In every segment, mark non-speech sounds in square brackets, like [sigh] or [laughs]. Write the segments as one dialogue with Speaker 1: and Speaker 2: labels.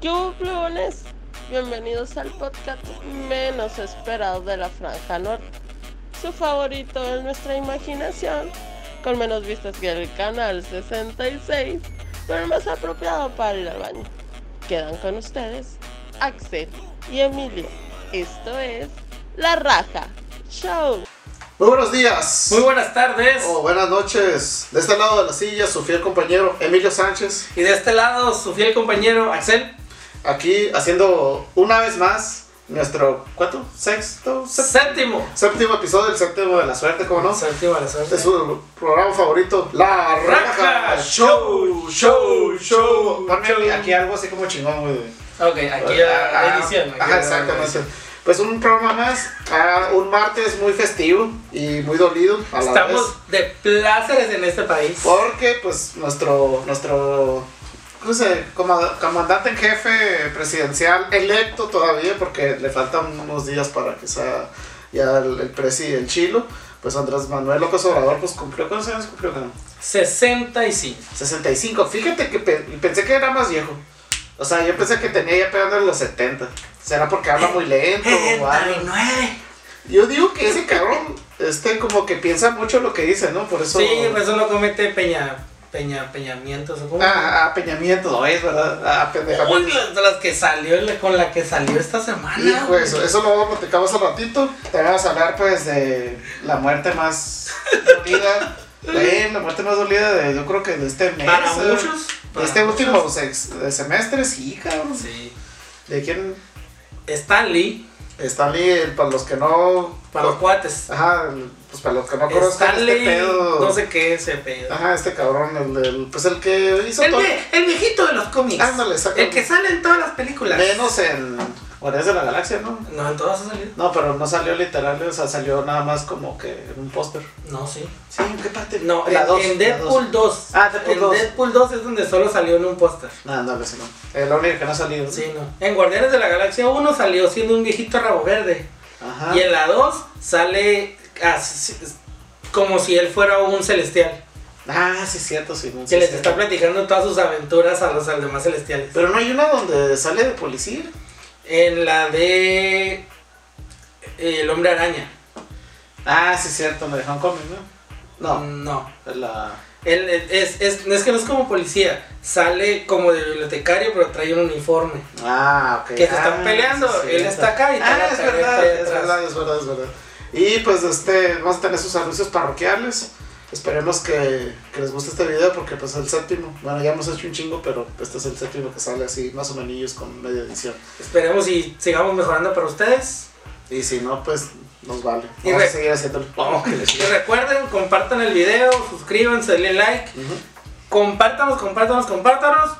Speaker 1: ¿Qué hubo, plebones? Bienvenidos al podcast menos esperado de la Franja Norte. Su favorito es nuestra imaginación, con menos vistas que el canal 66, pero más apropiado para ir al baño. Quedan con ustedes Axel y Emilio. Esto es La Raja Show.
Speaker 2: Muy buenos días.
Speaker 3: Muy buenas tardes.
Speaker 2: O buenas noches. De este lado de la silla, su fiel compañero Emilio Sánchez.
Speaker 3: Y de este lado, su fiel compañero Axel.
Speaker 2: Aquí haciendo una vez más nuestro. ¿Cuánto? ¿Sexto? Sep-
Speaker 3: Séptimo.
Speaker 2: Séptimo episodio, el séptimo de la suerte, ¿cómo no? Este
Speaker 3: Séptimo de la suerte.
Speaker 2: Es su programa favorito, La Raja
Speaker 3: Raja
Speaker 2: Show,
Speaker 3: Show,
Speaker 2: Show, Show.
Speaker 3: Show,
Speaker 2: Ponme
Speaker 3: Show.
Speaker 2: aquí algo así como chingón, güey.
Speaker 3: Ok, aquí ya
Speaker 2: Ah,
Speaker 3: la edición. aquí
Speaker 2: Ajá,
Speaker 3: ya la
Speaker 2: exactamente.
Speaker 3: edición.
Speaker 2: Pues un programa más, ah, un martes muy festivo y muy dolido. A la vez.
Speaker 3: Estamos de pláceres en este país.
Speaker 2: Porque, pues, nuestro, nuestro, ¿cómo se- coma- comandante en jefe presidencial electo todavía, porque le faltan unos días para que sea ya el, el presi el chilo, pues Andrés Manuel López Obrador, pues cumplió, ¿cuántos años cumplió? cabrón?
Speaker 3: 65.
Speaker 2: 65, fíjate que pe- pensé que era más viejo. O sea, yo pensé que tenía ya pegando en los 70. ¿Será porque habla muy lento
Speaker 3: [laughs]
Speaker 2: o algo? Yo digo que ese cabrón, este, como que piensa mucho lo que dice, ¿no? Por eso...
Speaker 3: Sí, pues eso lo comete Peña. Peña, Peñamientos o cómo.
Speaker 2: Ah, ah, Peña Nieto, no es verdad. Ah, pendejamiento.
Speaker 3: Uy, las, de las que salió, la- con la que salió esta semana.
Speaker 2: Hijo, eso, eso lo platicamos al ratito. También vamos a hablar, pues, de la muerte más
Speaker 3: [laughs]
Speaker 2: dolida. Güey, la muerte más dolida de, yo creo que de este mes.
Speaker 3: Para
Speaker 2: eh,
Speaker 3: muchos.
Speaker 2: de
Speaker 3: para
Speaker 2: este
Speaker 3: muchos.
Speaker 2: último sex- de semestre, sí, cabrón.
Speaker 3: Sí.
Speaker 2: ¿De quién?
Speaker 3: Stanley,
Speaker 2: Stanley, el- para los que no.
Speaker 3: para los cuates.
Speaker 2: Ajá, el- pues para los que no conozcan
Speaker 3: Stanley,
Speaker 2: este pedo.
Speaker 3: no sé qué se pedo.
Speaker 2: Ajá, este cabrón, el del. Pues el que hizo
Speaker 3: El,
Speaker 2: todo.
Speaker 3: vie- el viejito de los cómics.
Speaker 2: Ándale, saca-
Speaker 3: El que sale en todas las películas.
Speaker 2: Menos en. Guardianes de la Galaxia, ¿no?
Speaker 3: No, en todas ha salido.
Speaker 2: No, pero no salió literal, o sea, salió nada más como que en un póster.
Speaker 3: No, sí.
Speaker 2: Sí, ¿en qué parte?
Speaker 3: No,
Speaker 2: la
Speaker 3: en,
Speaker 2: dos,
Speaker 3: en
Speaker 2: la
Speaker 3: Deadpool
Speaker 2: dos.
Speaker 3: 2.
Speaker 2: Ah, Deadpool
Speaker 3: en
Speaker 2: 2.
Speaker 3: Deadpool 2 es donde solo salió en un póster.
Speaker 2: No, no, pues no. Es la única que no ha salido.
Speaker 3: Sí, no. En Guardianes de la Galaxia 1 salió siendo un viejito rabo verde.
Speaker 2: Ajá.
Speaker 3: Y en la 2 sale así- como si él fuera un celestial.
Speaker 2: Ah, sí, es cierto, sí. no,
Speaker 3: Que
Speaker 2: sí,
Speaker 3: les
Speaker 2: sí.
Speaker 3: está platicando todas sus aventuras a los a los demás celestiales.
Speaker 2: Pero no hay una donde sale de policía.
Speaker 3: En la de. eh, El hombre araña.
Speaker 2: Ah, sí, es cierto, me dejaron cómic, ¿no? No,
Speaker 3: No.
Speaker 2: la.
Speaker 3: Él es, es, es que no es como policía, sale como de bibliotecario, pero trae un uniforme.
Speaker 2: Ah, ok.
Speaker 3: Que se están
Speaker 2: Ah,
Speaker 3: peleando,
Speaker 2: sí,
Speaker 3: él
Speaker 2: sí.
Speaker 3: está acá y
Speaker 2: Ah,
Speaker 3: está
Speaker 2: es
Speaker 3: la
Speaker 2: verdad,
Speaker 3: tarjeta
Speaker 2: es
Speaker 3: atrás.
Speaker 2: verdad, es verdad, es verdad. Y pues este, vamos a tener sus anuncios parroquiales. Esperemos que, que les guste este video porque pues el séptimo, bueno ya hemos hecho un chingo, pero este es el séptimo que sale así más o menos con media edición.
Speaker 3: Esperemos y sigamos mejorando para ustedes.
Speaker 2: Y si no, pues nos vale.
Speaker 3: Y
Speaker 2: Vamos a
Speaker 3: re-
Speaker 2: seguir
Speaker 3: [laughs]
Speaker 2: haciéndolo. Vamos que les
Speaker 3: Y recuerden, compartan el video, suscríbanse, denle like, compártanos, compártanos, compártanos.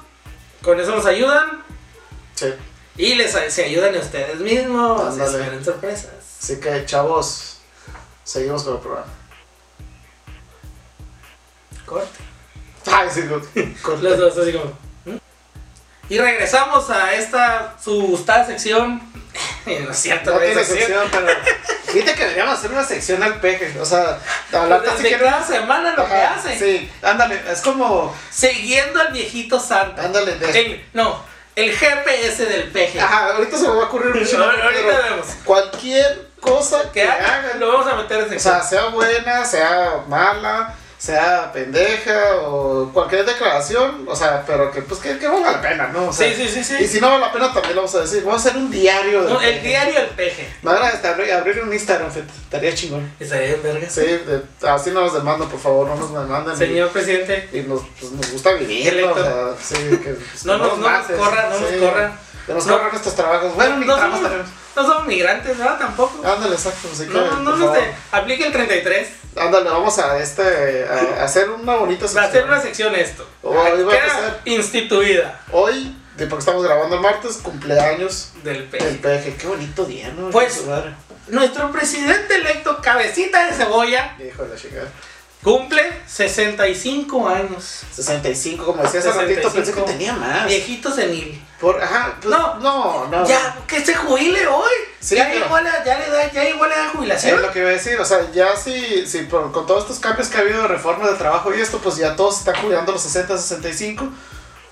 Speaker 3: Con eso nos ayudan
Speaker 2: Sí.
Speaker 3: y les se ayudan a ustedes mismos.
Speaker 2: Ándale.
Speaker 3: Esperen sorpresas.
Speaker 2: Así que chavos, seguimos con el programa.
Speaker 3: Corte.
Speaker 2: Ay, sí, no. Corta.
Speaker 3: [laughs] Los dos así como, ¿hmm? Y regresamos a esta su gustada sección. [laughs] no es cierto,
Speaker 2: No
Speaker 3: güey,
Speaker 2: tiene
Speaker 3: sección.
Speaker 2: sección, pero. Fíjate que deberíamos hacer una sección al peje. O sea, hablar
Speaker 3: Desde
Speaker 2: si quieres.
Speaker 3: cada semana lo que
Speaker 2: Ajá,
Speaker 3: hace.
Speaker 2: Sí, ándale, es como.
Speaker 3: Siguiendo al viejito santo.
Speaker 2: Ándale, de-
Speaker 3: El- no, el GPS del peje.
Speaker 2: Ajá, ahorita se me va a ocurrir un chingo,
Speaker 3: Ahorita
Speaker 2: pero
Speaker 3: vemos.
Speaker 2: Cualquier cosa
Speaker 3: que
Speaker 2: que
Speaker 3: haga,
Speaker 2: hagan,
Speaker 3: lo vamos a meter en
Speaker 2: o
Speaker 3: sección.
Speaker 2: sea, sea buena, sea mala, sea pendeja o cualquier declaración, o sea, pero que pues que, que valga la pena, ¿no? O sea,
Speaker 3: sí, sí, sí, sí.
Speaker 2: Y si no vale la pena también lo vamos a decir. Vamos a hacer un diario.
Speaker 3: No,
Speaker 2: de-
Speaker 3: el diario del peje.
Speaker 2: Me agrada hasta abrir, abrir un Instagram, fíjate, estaría chingón.
Speaker 3: Estaría en verga.
Speaker 2: Sí, de- así no nos demandan, por favor, no nos demanden. y-
Speaker 3: Señor presidente,
Speaker 2: Y, nos, pues, nos gusta vivir, ¿no? o sea, sí, que, pues,
Speaker 3: no, nos, no nos
Speaker 2: mates,
Speaker 3: corra, no
Speaker 2: sí,
Speaker 3: nos corra.
Speaker 2: Que nos
Speaker 3: No.
Speaker 2: corran estos trabajos. Bueno, ni
Speaker 3: No
Speaker 2: trabajos
Speaker 3: somos-
Speaker 2: tenemos.
Speaker 3: No somos migrantes, ¿no? Tampoco.
Speaker 2: Ándale, exacto, así que.
Speaker 3: No, no, no,
Speaker 2: por
Speaker 3: no
Speaker 2: favor.
Speaker 3: sé. Aplique el 33.
Speaker 2: Ándale, vamos a este
Speaker 3: [laughs]
Speaker 2: a, a hacer una bonita
Speaker 3: Va a hacer
Speaker 2: sección.
Speaker 3: una sección esto.
Speaker 2: Oh, ahí va a
Speaker 3: Queda
Speaker 2: empezar.
Speaker 3: instituida
Speaker 2: Hoy, de porque estamos grabando el martes, cumpleaños
Speaker 3: del
Speaker 2: del
Speaker 3: peje.
Speaker 2: peje. Qué bonito día, ¿no?
Speaker 3: Pues-
Speaker 2: Su madre.
Speaker 3: Nuestro presidente electo, cabecita de cebolla,
Speaker 2: Hijo de la chingada.
Speaker 3: Cumple 65 años.
Speaker 2: 65, como decía hace ratito, pensé que
Speaker 3: 65.
Speaker 2: tenía más.
Speaker 3: Viejito senil.
Speaker 2: Por, ajá, pues, no, no,
Speaker 3: No.
Speaker 2: no.
Speaker 3: Ya, que se jubile hoy.
Speaker 2: Sí, Eh,
Speaker 3: ya,
Speaker 2: pero-
Speaker 3: llegó a la, ya, le da, ya llegó a la edad de
Speaker 2: Es
Speaker 3: jubilación.
Speaker 2: lo que iba a decir, o sea, ya si, si por- con todos estos cambios que ha habido de reformas de trabajo y esto, pues ya todos se están cuidando los 60, 65.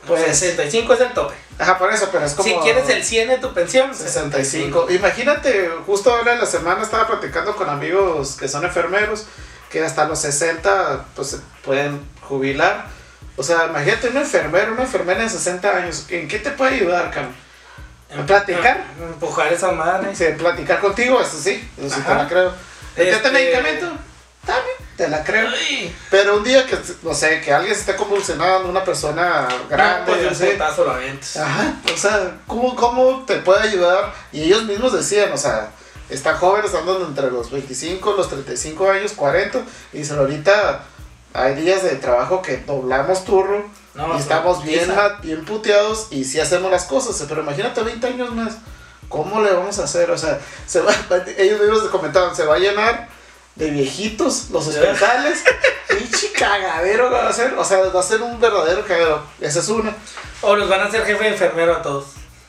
Speaker 2: Pues,
Speaker 3: 65 es el tope.
Speaker 2: Ajá, por eso, pero es como.
Speaker 3: Si quieres el 100 de tu pensión,
Speaker 2: 65. Imagínate, justo ahora en la semana estaba platicando con amigos que son enfermeros, que hasta los 60 pues se pueden jubilar. O sea, imagínate un enfermero, una enfermera de 60 años, ¿en qué te puede ayudar, cabrón? ¿En platicar?
Speaker 3: Empujar esa madre.
Speaker 2: Sí, en platicar contigo, eso sí, eso sí te
Speaker 3: Ajá.
Speaker 2: la creo. ¿En qué
Speaker 3: Este-
Speaker 2: te medicamento? También, te la creo.
Speaker 3: Ay.
Speaker 2: Pero un día que, no sé, que alguien se esté convulsionando, una persona grande,
Speaker 3: pues de un
Speaker 2: así,
Speaker 3: putazo lo avientas.
Speaker 2: Ajá, o sea, ¿cómo, ¿cómo te puede ayudar? Y ellos mismos decían, o sea, están jóvenes, andan entre los 25, los 35 años, 40, y dicen, ahorita hay días de trabajo que doblamos turno
Speaker 3: No,
Speaker 2: y
Speaker 3: pues,
Speaker 2: estamos bien,
Speaker 3: putiza.
Speaker 2: ma- bien puteados y sí hacemos las cosas, pero imagínate 20 años más, ¿cómo le vamos a hacer? O sea, se va, [laughs] ellos mismos comentaban, se va a llenar de viejitos los hospitales, [laughs] pinche cagadero va a ser, o sea, va a ser un verdadero cagadero, esa es una.
Speaker 3: O los van a hacer jefe de enfermero a todos.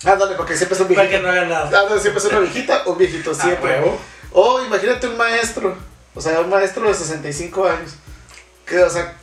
Speaker 2: Ándale, porque siempre es un
Speaker 3: Para
Speaker 2: viejito.
Speaker 3: que no hagan nada.
Speaker 2: Ándale, siempre es una viejita o un viejito siempre.
Speaker 3: A huevo.
Speaker 2: o imagínate un maestro, o sea, un maestro de 65 años. Que, o sea,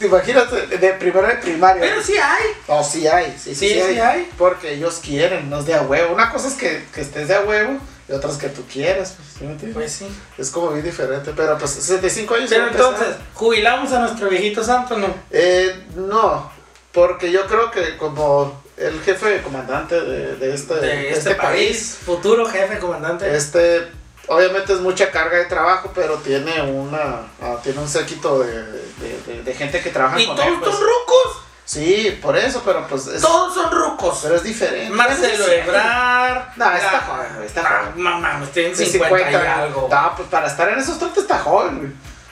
Speaker 2: que- imagínate, de primero de primaria.
Speaker 3: Pero sí hay.
Speaker 2: No, Oh, sí hay, sí, sí,
Speaker 3: Sí, sí hay.
Speaker 2: Porque ellos quieren, no es de a huevo. Una cosa es que, que estés de a huevo y otra es que tú quieras. pues, ¿sí me entiendes?
Speaker 3: Pues sí.
Speaker 2: es como bien diferente, pero pues 65 años.
Speaker 3: Pero
Speaker 2: para empezar.
Speaker 3: entonces, ¿jubilamos a nuestro viejito santo no?
Speaker 2: Eh, no, porque yo creo que como el jefe comandante de, de este,
Speaker 3: De este país, futuro jefe comandante.
Speaker 2: Este, obviamente es mucha carga de trabajo, pero tiene una, ah, tiene un séquito de, de- de- de gente que trabaja
Speaker 3: Y
Speaker 2: con
Speaker 3: todos
Speaker 2: él. pues.
Speaker 3: son rucos.
Speaker 2: Sí, por eso, pero pues es,
Speaker 3: Todos son rucos.
Speaker 2: pero es diferente.
Speaker 3: Eh, Marcelo
Speaker 2: Es-
Speaker 3: Ebrard.
Speaker 2: No, está
Speaker 3: la-
Speaker 2: joven, güey, está
Speaker 3: Ah,
Speaker 2: joven.
Speaker 3: Mamá, me estoy en
Speaker 2: Sí,
Speaker 3: 50, y
Speaker 2: 50.
Speaker 3: algo.
Speaker 2: No, pues para estar en esos trotes está joven, güey.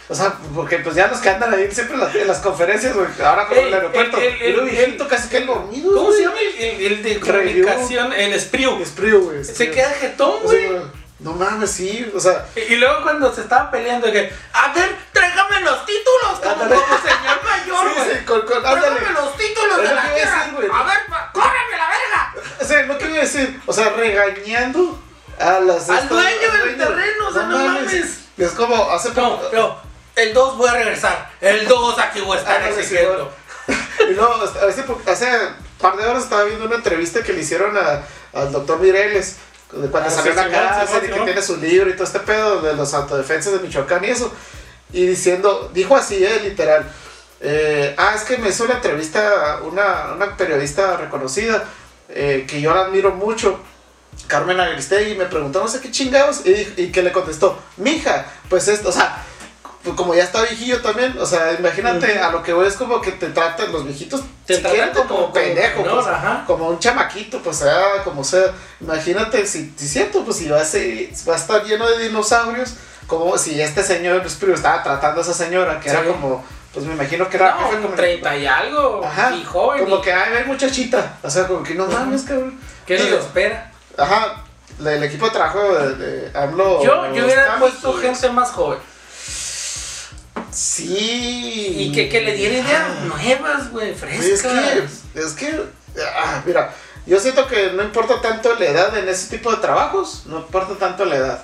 Speaker 2: O sea, porque pues ya los que andan ahí siempre en las, en las conferencias, güey, ahora con
Speaker 3: Ey,
Speaker 2: el aeropuerto.
Speaker 3: el- el-
Speaker 2: y lo
Speaker 3: el-
Speaker 2: viejito casi que dormido.
Speaker 3: ¿Cómo
Speaker 2: güey.
Speaker 3: se llama el, el- el de
Speaker 2: Review.
Speaker 3: comunicación? El Spriu.
Speaker 2: Es frío, güey. es
Speaker 3: Se
Speaker 2: frío.
Speaker 3: queda jetón,
Speaker 2: O sea,
Speaker 3: güey.
Speaker 2: no mames, sí, o sea,
Speaker 3: Y y luego cuando se estaba peleando, que, a ver, tráigame los títulos, como,
Speaker 2: Ándale.
Speaker 3: como señor mayor,
Speaker 2: sí,
Speaker 3: güey.
Speaker 2: sí, con, con, ándale.
Speaker 3: Tráigame los títulos
Speaker 2: Es
Speaker 3: de
Speaker 2: lo
Speaker 3: la
Speaker 2: que iba a
Speaker 3: tierra.
Speaker 2: decir, güey.
Speaker 3: a ver, ma- córreme la verga.
Speaker 2: O sea, no te iba a decir, o sea, regañando a las.
Speaker 3: Al
Speaker 2: estas-
Speaker 3: dueño del
Speaker 2: dueño.
Speaker 3: terreno, o sea, no mames.
Speaker 2: Es como hace
Speaker 3: No,
Speaker 2: poco.
Speaker 3: no, el 2 voy a regresar. El 2 aquí voy a estar
Speaker 2: Ah, no, sí,
Speaker 3: exigiendo.
Speaker 2: Y [laughs] luego, hace, po- hace par de horas estaba viendo una entrevista que le hicieron a, al doctor Mireles. de Cuando
Speaker 3: Ah,
Speaker 2: salió
Speaker 3: sí,
Speaker 2: la
Speaker 3: Simón,
Speaker 2: cárcel
Speaker 3: Simón,
Speaker 2: y que
Speaker 3: Simón.
Speaker 2: tiene su libro y todo este pedo de los autodefensas de Michoacán y eso. Y diciendo, dijo así, eh, literal. eh, ah, es que me hizo la entrevista una, una periodista reconocida eh, que yo la admiro mucho. Carmen Agristegui me preguntó no sé qué chingados y, dijo- y que le contestó, mija, pues esto, o sea, pues como ya está viejillo también, o sea, imagínate, a lo que voy es como que te tratan los viejitos,
Speaker 3: Te
Speaker 2: si quieren,
Speaker 3: tratan como- como
Speaker 2: pendejo,
Speaker 3: menor,
Speaker 2: pues,
Speaker 3: ajá.
Speaker 2: como un chamaquito, pues sea, como sea, imagínate, si, si cierto, pues si va a, ser- va a estar lleno de dinosaurios, como si este señor pues, pero estaba tratando a esa señora, que era
Speaker 3: Sí.
Speaker 2: como, pues me imagino que era
Speaker 3: No,
Speaker 2: jefe
Speaker 3: como
Speaker 2: comunitaria.
Speaker 3: 30 y algo.
Speaker 2: Ajá,
Speaker 3: Y joven.
Speaker 2: como
Speaker 3: y-
Speaker 2: que, ay, ve muchachita, o sea, como que no mames, cabrón.
Speaker 3: ¿Qué nos
Speaker 2: Digo,
Speaker 3: espera?
Speaker 2: Ajá, la- el equipo de trabajo de, de AMLO.
Speaker 3: Yo, yo hubiera
Speaker 2: está-
Speaker 3: puesto gente más joven.
Speaker 2: Sí.
Speaker 3: Y que, que le diera ideas nuevas, güey,
Speaker 2: Es
Speaker 3: frescas.
Speaker 2: que, es que, ah, mira, yo siento que no importa tanto la edad en ese tipo de trabajos, no importa tanto la edad.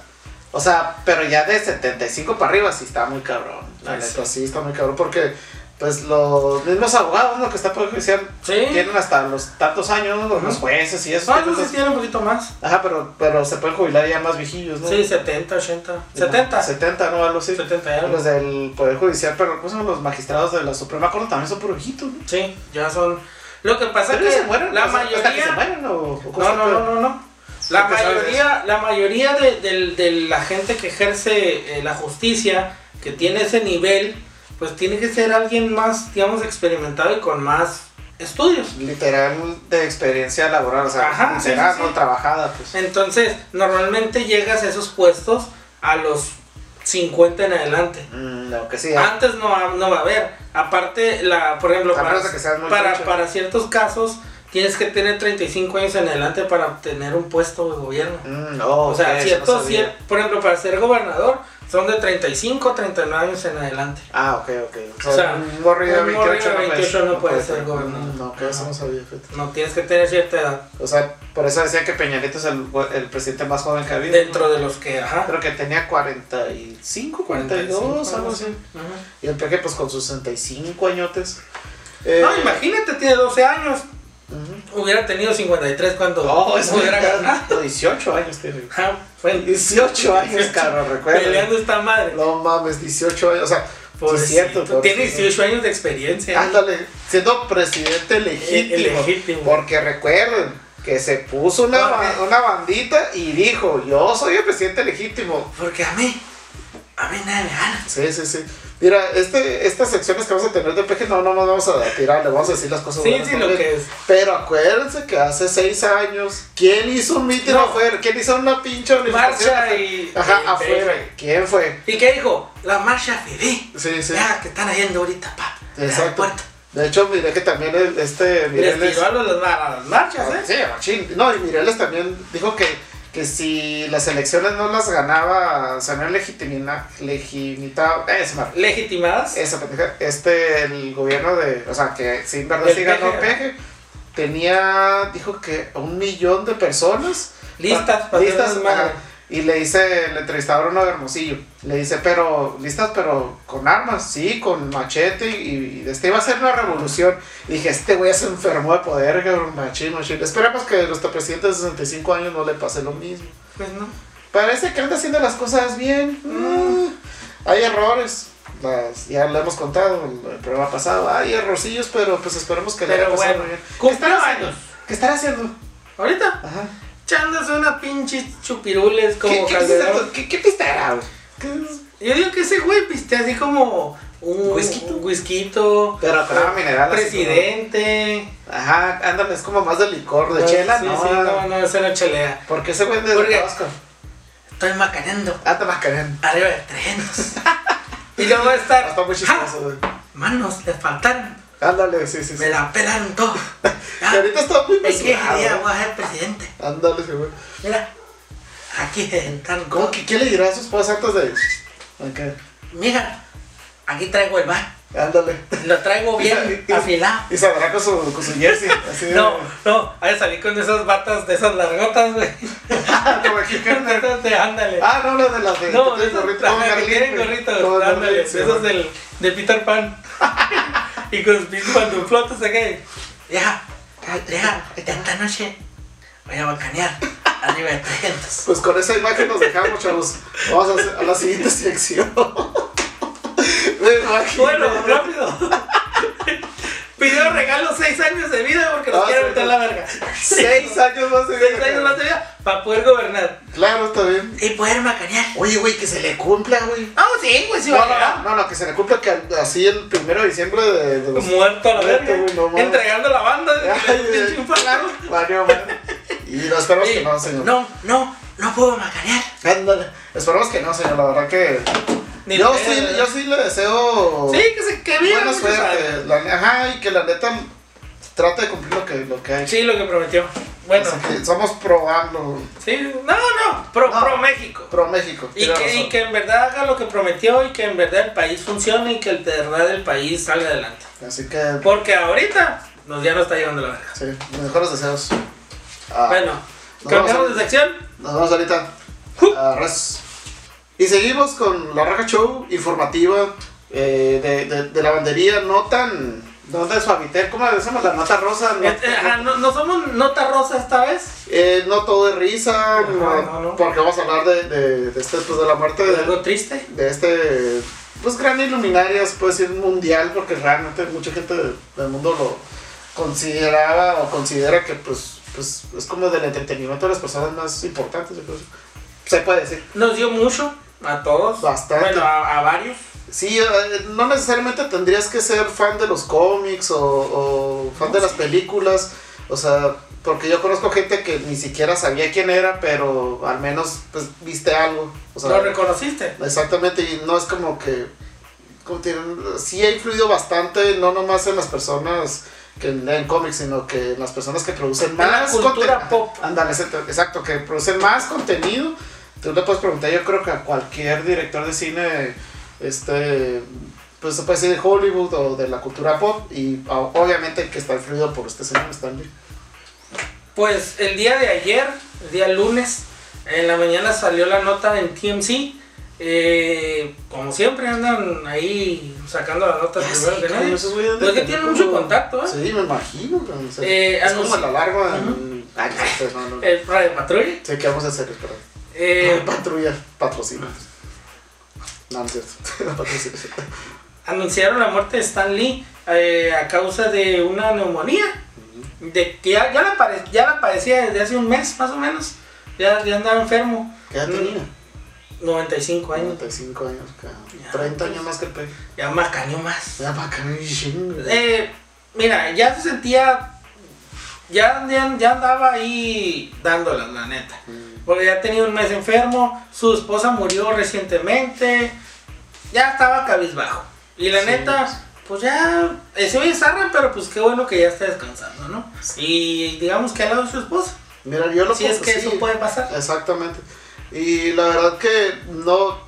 Speaker 2: O sea, pero ya de 75 para arriba sí está muy cabrón. La
Speaker 3: Ah, Sí,
Speaker 2: neta, sí está muy cabrón porque, pues, los mismos abogados, ¿no? Que está por judicial,
Speaker 3: Sí.
Speaker 2: tienen hasta los tantos años, ¿no? Los
Speaker 3: Ujú.
Speaker 2: jueces y eso.
Speaker 3: Ah, no, sí
Speaker 2: entonces-
Speaker 3: tiene un poquito más.
Speaker 2: Ajá, pero, pero se pueden jubilar ya más viejillos, ¿no?
Speaker 3: Sí, 70, 80. 70.
Speaker 2: 70, ¿no? Algo así.
Speaker 3: 70 y algo.
Speaker 2: Los del Poder Judicial, pero ¿cómo se llama? los magistrados de la Suprema Corte también son puro viejitos, ¿no?
Speaker 3: Sí, ya son. Lo que pasa es
Speaker 2: Pero
Speaker 3: que
Speaker 2: se mueren?
Speaker 3: la
Speaker 2: O sea, ¿Hasta que se
Speaker 3: mayoría.
Speaker 2: mueren o, o cómo
Speaker 3: No,
Speaker 2: está
Speaker 3: no,
Speaker 2: el
Speaker 3: no,
Speaker 2: pedo?
Speaker 3: no, no. La
Speaker 2: ¿Tú qué sabes de
Speaker 3: mayoría, la mayoría de, del- de la gente que ejerce eh, la justicia, que tiene ese nivel, pues tiene que ser alguien más, digamos, experimentado y con más estudios.
Speaker 2: Literal de experiencia laboral, o sea,
Speaker 3: Ajá, sí,
Speaker 2: literal,
Speaker 3: sí,
Speaker 2: no
Speaker 3: sí.
Speaker 2: trabajada, pues.
Speaker 3: Entonces, normalmente llegas a esos puestos a los 50 en adelante.
Speaker 2: Mm, no, que sí.
Speaker 3: Antes no, va- no va a haber. Aparte, la, por ejemplo,
Speaker 2: A
Speaker 3: para,
Speaker 2: menos de que seas muy
Speaker 3: para,
Speaker 2: trucha.
Speaker 3: para ciertos casos tienes que tener 35 años en adelante para obtener un puesto de gobierno.
Speaker 2: Mm, no,
Speaker 3: O sea,
Speaker 2: ok, eso no
Speaker 3: ciertos,
Speaker 2: sabía.
Speaker 3: cier- por ejemplo, para ser gobernador son de 35, 39 años en adelante.
Speaker 2: Ah, ok, ok.
Speaker 3: O sea,
Speaker 2: un morrillo de
Speaker 3: un morrillo
Speaker 2: 28,
Speaker 3: de 28 no puede ser
Speaker 2: ser.
Speaker 3: gobernador.
Speaker 2: Mm, No, que eso no sabía, fíjate.
Speaker 3: No tienes que tener cierta edad
Speaker 2: O sea, por eso decía que Peña Nieto es el, el presidente más joven que ha habido.
Speaker 3: dentro de los que, ajá,
Speaker 2: Creo que tenía 45, 42,
Speaker 3: 45,
Speaker 2: algo así.
Speaker 3: Ajá.
Speaker 2: Y el peje, pues con sus 65 añotes.
Speaker 3: No,
Speaker 2: Eh,
Speaker 3: imagínate, tiene 12 años.
Speaker 2: Ujú.
Speaker 3: Hubiera tenido 53 cuando
Speaker 2: Oh, es
Speaker 3: hubiera ganado.
Speaker 2: verdad. 18 años tiene.
Speaker 3: Ah, bueno, [laughs]
Speaker 2: 18 años, cabrón, recuerda.
Speaker 3: peleando esta madre.
Speaker 2: No mames, 18 años. O sea, por
Speaker 3: Pobrecito.
Speaker 2: cierto. Ah, por
Speaker 3: Tiene
Speaker 2: cierto.
Speaker 3: 18 años de experiencia.
Speaker 2: Ándale, siendo presidente
Speaker 3: Eh,
Speaker 2: legítimo.
Speaker 3: legítimo. eh.
Speaker 2: Porque recuerden que se puso una, ba-
Speaker 3: Porque-
Speaker 2: una bandita y dijo, yo soy el presidente legítimo.
Speaker 3: Porque a mí, a mí nada me gana.
Speaker 2: Sí, sí, sí. Mira, este, estas secciones que vamos a tener de peje no no nos vamos a tirar, le vamos a decir las cosas
Speaker 3: Sí,
Speaker 2: buenas
Speaker 3: sí, lo
Speaker 2: también.
Speaker 3: que es.
Speaker 2: Pero acuérdense que hace seis años, ¿quién hizo un mitin
Speaker 3: No.
Speaker 2: afuera? ¿Quién hizo una pinche manifestación?
Speaker 3: Marcha y.
Speaker 2: Ajá,
Speaker 3: y-
Speaker 2: afuera. ¿Quién fue?
Speaker 3: ¿Y qué dijo? La marcha Fidé.
Speaker 2: Sí, sí.
Speaker 3: Ya, que están yendo ahorita, pa.
Speaker 2: Exacto.
Speaker 3: Exacto.
Speaker 2: De hecho, miré que también el- este...
Speaker 3: Les
Speaker 2: Mireles-
Speaker 3: tiró a, los- a las marchas,
Speaker 2: Ah, Sí,
Speaker 3: ¿eh?
Speaker 2: machín. No, y Mireles también dijo que, que si las elecciones no las ganaba, o sea, no legitimina, legitimita, eh, se me-
Speaker 3: Legitimadas.
Speaker 2: esa pendeja, este, el gobierno de, o sea, que sí, en verdad
Speaker 3: El
Speaker 2: sí ganó
Speaker 3: PG,
Speaker 2: peje, tenía, dijo que un millón de personas.
Speaker 3: Listas para
Speaker 2: listas,
Speaker 3: hacer desmadre.
Speaker 2: ajá. y le dice, le entrevistador uno de Hermosillo, le dice, pero, listas, pero con armas, sí, con machete, y, y este iba a ser una revolución. Y dije, este güey ya se enfermó de poder, cabrón, machín, machín. Esperamos que nuestro presidente de 65 años no le pase lo mismo.
Speaker 3: Pues no.
Speaker 2: Parece que anda haciendo las cosas bien. Mm, Hay errores. Las- ya lo hemos contado en el programa pasado. Hay errorcillos, pero pues esperemos que le
Speaker 3: Pero
Speaker 2: haya pasado
Speaker 3: bueno,
Speaker 2: bien. ¿Qué
Speaker 3: cumplió
Speaker 2: estará haciendo?
Speaker 3: años.
Speaker 2: ¿Qué estará haciendo?
Speaker 3: Ahorita,
Speaker 2: Ajá.
Speaker 3: echándose una pinche chupirules como
Speaker 2: ¿Qué, qué,
Speaker 3: Calderón.
Speaker 2: qué, qué pisteará, güey? ¿Qué-
Speaker 3: Yo digo que ese güey piste así como un
Speaker 2: Whisky.
Speaker 3: un whisquito, Ah,
Speaker 2: Pero traga mineral. así
Speaker 3: presidente. Ah,
Speaker 2: como- Ajá, ándale, es como más de licor, de chela,
Speaker 3: Pues, sí,
Speaker 2: ¿no?
Speaker 3: sí, no, no, ese no chelea.
Speaker 2: Porque ese güey de
Speaker 3: Porque-
Speaker 2: Tabasco.
Speaker 3: Estoy macaneando
Speaker 2: Ah, te mascarían.
Speaker 3: arriba de 300. [laughs] y luego va a estar.
Speaker 2: Ah, Está muy
Speaker 3: ¡Ja!
Speaker 2: chistoso, güey.
Speaker 3: Manos, le faltaron.
Speaker 2: Ándale, sí, sí, sí.
Speaker 3: Me la pelaron
Speaker 2: [laughs]
Speaker 3: todo.
Speaker 2: Que ahorita está muy
Speaker 3: Es que
Speaker 2: mesurado.
Speaker 3: día voy a ser presidente.
Speaker 2: Ándale, sí, güey.
Speaker 3: Mira, aquí se sentaron.
Speaker 2: ¿Cómo que qué le dirá a su esposa antes de.? Ok.
Speaker 3: Mira, aquí traigo el bar.
Speaker 2: Ándale. [laughs]
Speaker 3: Lo traigo bien
Speaker 2: Y- y-
Speaker 3: afilado.
Speaker 2: Y saldrá con su, con su jersey. Así de-
Speaker 3: No, no, hay que salir con esas batas de esas largotas, güey.
Speaker 2: [laughs] Como mexicano.
Speaker 3: Esas de [laughs] ándale.
Speaker 2: Ah, no, no, de las de.
Speaker 3: No,
Speaker 2: de
Speaker 3: de esos ajá, que tienen gorritos, ándale, de
Speaker 2: "Ah,
Speaker 3: esos del, de Peter Pan. [laughs] y con cuando flotas acá. y, Deja, deja, esta noche voy a bacanear arriba
Speaker 2: [laughs]
Speaker 3: de 300.
Speaker 2: Pues con esa imagen nos dejamos, chavos. Vamos a, hacer- a la siguiente sección. [laughs] Me imagino.
Speaker 3: Bueno, rápido. [laughs] Pidió regalo 6 años de vida porque nos
Speaker 2: Ah,
Speaker 3: quiere
Speaker 2: sí,
Speaker 3: meter
Speaker 2: sí.
Speaker 3: la verga.
Speaker 2: [laughs] Seis años más de vida.
Speaker 3: Seis años más de vida para poder gobernar.
Speaker 2: Claro, está bien.
Speaker 3: Y poder macanear.
Speaker 2: Oye, güey, que se le cumpla, güey.
Speaker 3: Ah, sí, güey, sí va
Speaker 2: No,
Speaker 3: a llegar.
Speaker 2: no, no, no, que se le cumpla que al- así el primero de diciembre de, de los.
Speaker 3: Muerto a la
Speaker 2: Muerto,
Speaker 3: verga.
Speaker 2: güey, no mames.
Speaker 3: entregando la banda. [laughs]
Speaker 2: Ay,
Speaker 3: pinche
Speaker 2: ay,
Speaker 3: infarto.
Speaker 2: Valió, madre. Y no, esperamos que no, señor.
Speaker 3: No, no, no puedo macanear.
Speaker 2: Ándale. Esperamos que no, señor. La verdad que.
Speaker 3: Ni
Speaker 2: yo,
Speaker 3: pedo,
Speaker 2: sí,
Speaker 3: ¿verdad?
Speaker 2: yo sí le deseo.
Speaker 3: Sí, que se que viva
Speaker 2: Buena
Speaker 3: mucho
Speaker 2: suerte.
Speaker 3: sabe.
Speaker 2: la- ajá, y que la neta trate de cumplir lo que, lo que hay.
Speaker 3: Sí, lo que prometió. Bueno,
Speaker 2: Así que somos pro AMLO,
Speaker 3: sí, no, no, pro,
Speaker 2: No.
Speaker 3: pro México.
Speaker 2: pro México.
Speaker 3: Y
Speaker 2: tiene
Speaker 3: que,
Speaker 2: razón.
Speaker 3: y que en verdad haga lo que prometió y que en verdad el país funcione y que el de verdad el país salga adelante.
Speaker 2: Así que,
Speaker 3: Porque ahorita nos ya nos está llevando la verga.
Speaker 2: sí, mis mejores deseos. Ah,
Speaker 3: Bueno,
Speaker 2: nos
Speaker 3: cambiamos
Speaker 2: vamos a-
Speaker 3: de sección.
Speaker 2: Nos vemos ahorita.
Speaker 3: ¡Ju!
Speaker 2: Arras. Y seguimos con la Raja Show informativa eh, de, de, de lavandería no tan. No de suavitel, ¿cómo le decimos? La nota rosa. No,
Speaker 3: Eh, eh, ajá, no, no somos nota rosa esta vez.
Speaker 2: eh, no todo es risa,
Speaker 3: Ajá,
Speaker 2: no-
Speaker 3: no, no.
Speaker 2: porque vamos a hablar de, de, de este, pues, de la muerte de,
Speaker 3: Algo triste.
Speaker 2: de este pues gran iluminaria se puede decir mundial porque realmente mucha gente de- del mundo lo consideraba o considera que pues pues es como del entretenimiento de las personas más importantes yo creo. se puede decir
Speaker 3: Nos dio mucho a todos.
Speaker 2: Bastante.
Speaker 3: Bueno, a, a varios.
Speaker 2: sí eh, no necesariamente tendrías que ser fan de los cómics o, o fan de las películas o sea porque yo conozco gente que ni siquiera sabía quién era pero al menos pues viste algo o sea,
Speaker 3: Lo reconociste.
Speaker 2: Exactamente, y no es como que. Como te dirán, sí ha influido bastante, no nomás en las personas que leen cómics, sino que en las personas que producen
Speaker 3: En la
Speaker 2: más
Speaker 3: cultura
Speaker 2: conten-
Speaker 3: pop.
Speaker 2: Ándale, exacto, exacto, que producen más contenido. Tú le puedes preguntar, yo creo que a cualquier director de cine, este. Pues se puede decir de Hollywood o de la cultura pop, y o- obviamente el que está influido por este señor Stanley.
Speaker 3: Pues el día de ayer, el día lunes, en la mañana salió la nota en TMC Eh, como siempre andan ahí sacando las notas
Speaker 2: Ya
Speaker 3: primero
Speaker 2: sé,
Speaker 3: que
Speaker 2: cabrón,
Speaker 3: nadie.
Speaker 2: esos güeyes han de
Speaker 3: Pero que
Speaker 2: tener
Speaker 3: tienen mucho
Speaker 2: como-
Speaker 3: contacto, ¿eh?
Speaker 2: Sí, me imagino. cabrón, o sea,
Speaker 3: Eh,
Speaker 2: es
Speaker 3: a
Speaker 2: como a
Speaker 3: nos-
Speaker 2: la larga.
Speaker 3: Ajá.
Speaker 2: Ay, no, no, no.
Speaker 3: El Radio Patrulla.
Speaker 2: Sí, ¿qué vamos a hacer? Espera. Ah.
Speaker 3: Eh,
Speaker 2: Patrulla, patrocina. No, no es cierto. Ah. [laughs] Patrocina.
Speaker 3: anunciaron la muerte de Stan Lee eh, a causa de una neumonía. De que ya, ya la pare- ya la padecía desde hace un mes más o menos. Ya, ya andaba enfermo.
Speaker 2: ¿Qué edad
Speaker 3: Mm,
Speaker 2: tenía?
Speaker 3: 95 años.
Speaker 2: 45 años, cabrón.
Speaker 3: Ya,
Speaker 2: 30
Speaker 3: pues.
Speaker 2: años más que el pegue.
Speaker 3: Ya macañó más.
Speaker 2: Ya para acá, un chingo.
Speaker 3: Eh, mira, ya se sentía. Ya, ya, ya andaba ahí dándolas, la neta.
Speaker 2: Mm.
Speaker 3: Porque ya tenía un mes enfermo, su esposa murió recientemente, ya estaba cabizbajo. Y la
Speaker 2: Sí.
Speaker 3: neta, pues ya, ese hoy es arre, pero pues qué bueno que ya está descansando, ¿no? Y digamos que al lado de su esposa,
Speaker 2: Mira, yo lo
Speaker 3: si es
Speaker 2: pongo-
Speaker 3: que
Speaker 2: Pues sí.
Speaker 3: eso puede pasar.
Speaker 2: Exactamente. Y la verdad que no,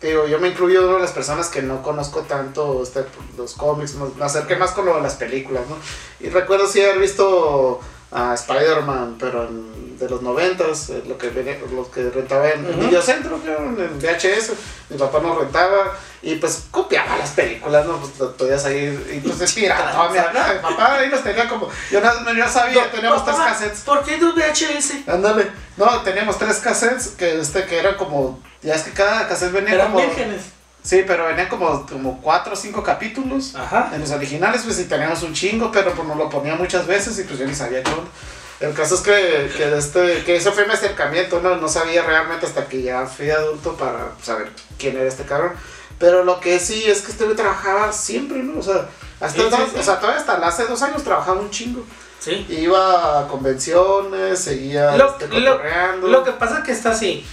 Speaker 2: digo, yo me incluyo de las personas que no conozco tanto este, los cómics, me me acerqué más con lo de las películas, ¿no? Y recuerdo sí haber visto a Spider-Man, pero en- de los noventas, eh, lo que, venía- lo que rentaba en
Speaker 3: Ujú.
Speaker 2: Videocentro, creo, en el VHS, mi papá nos rentaba y pues copiaba las películas, ¿no? Pues lo podías ahí, y [laughs] pues es pirata, mira, ¿no? Mi papá ahí nos tenía como, yo no, yo sabía, teníamos tres
Speaker 3: Papá,
Speaker 2: cassettes.
Speaker 3: ¿Por qué dos VHS?
Speaker 2: Ándale. No, teníamos tres cassettes que este que eran como. Ya es que cada cassette venía
Speaker 3: Eran
Speaker 2: como.
Speaker 3: vírgenes.
Speaker 2: Sí, pero venían como, como cuatro o cinco capítulos.
Speaker 3: Ajá.
Speaker 2: En los originales, pues sí teníamos un chingo, pero pues nos lo ponía muchas veces y pues yo ni sabía qué onda. El caso es que, que, este, que eso fue mi acercamiento, ¿no? No sabía realmente hasta que ya fui adulto para saber quién era este cabrón. Pero lo que sí es que este güey trabajaba siempre, ¿no? O sea, hasta,
Speaker 3: Sí, sí,
Speaker 2: dos-
Speaker 3: sí.
Speaker 2: O sea, todavía hasta hace dos años trabajaba un chingo.
Speaker 3: Sí.
Speaker 2: Iba a convenciones, seguía
Speaker 3: Lo-
Speaker 2: este,
Speaker 3: lo-
Speaker 2: cotorreando.
Speaker 3: Lo que pasa es que está así.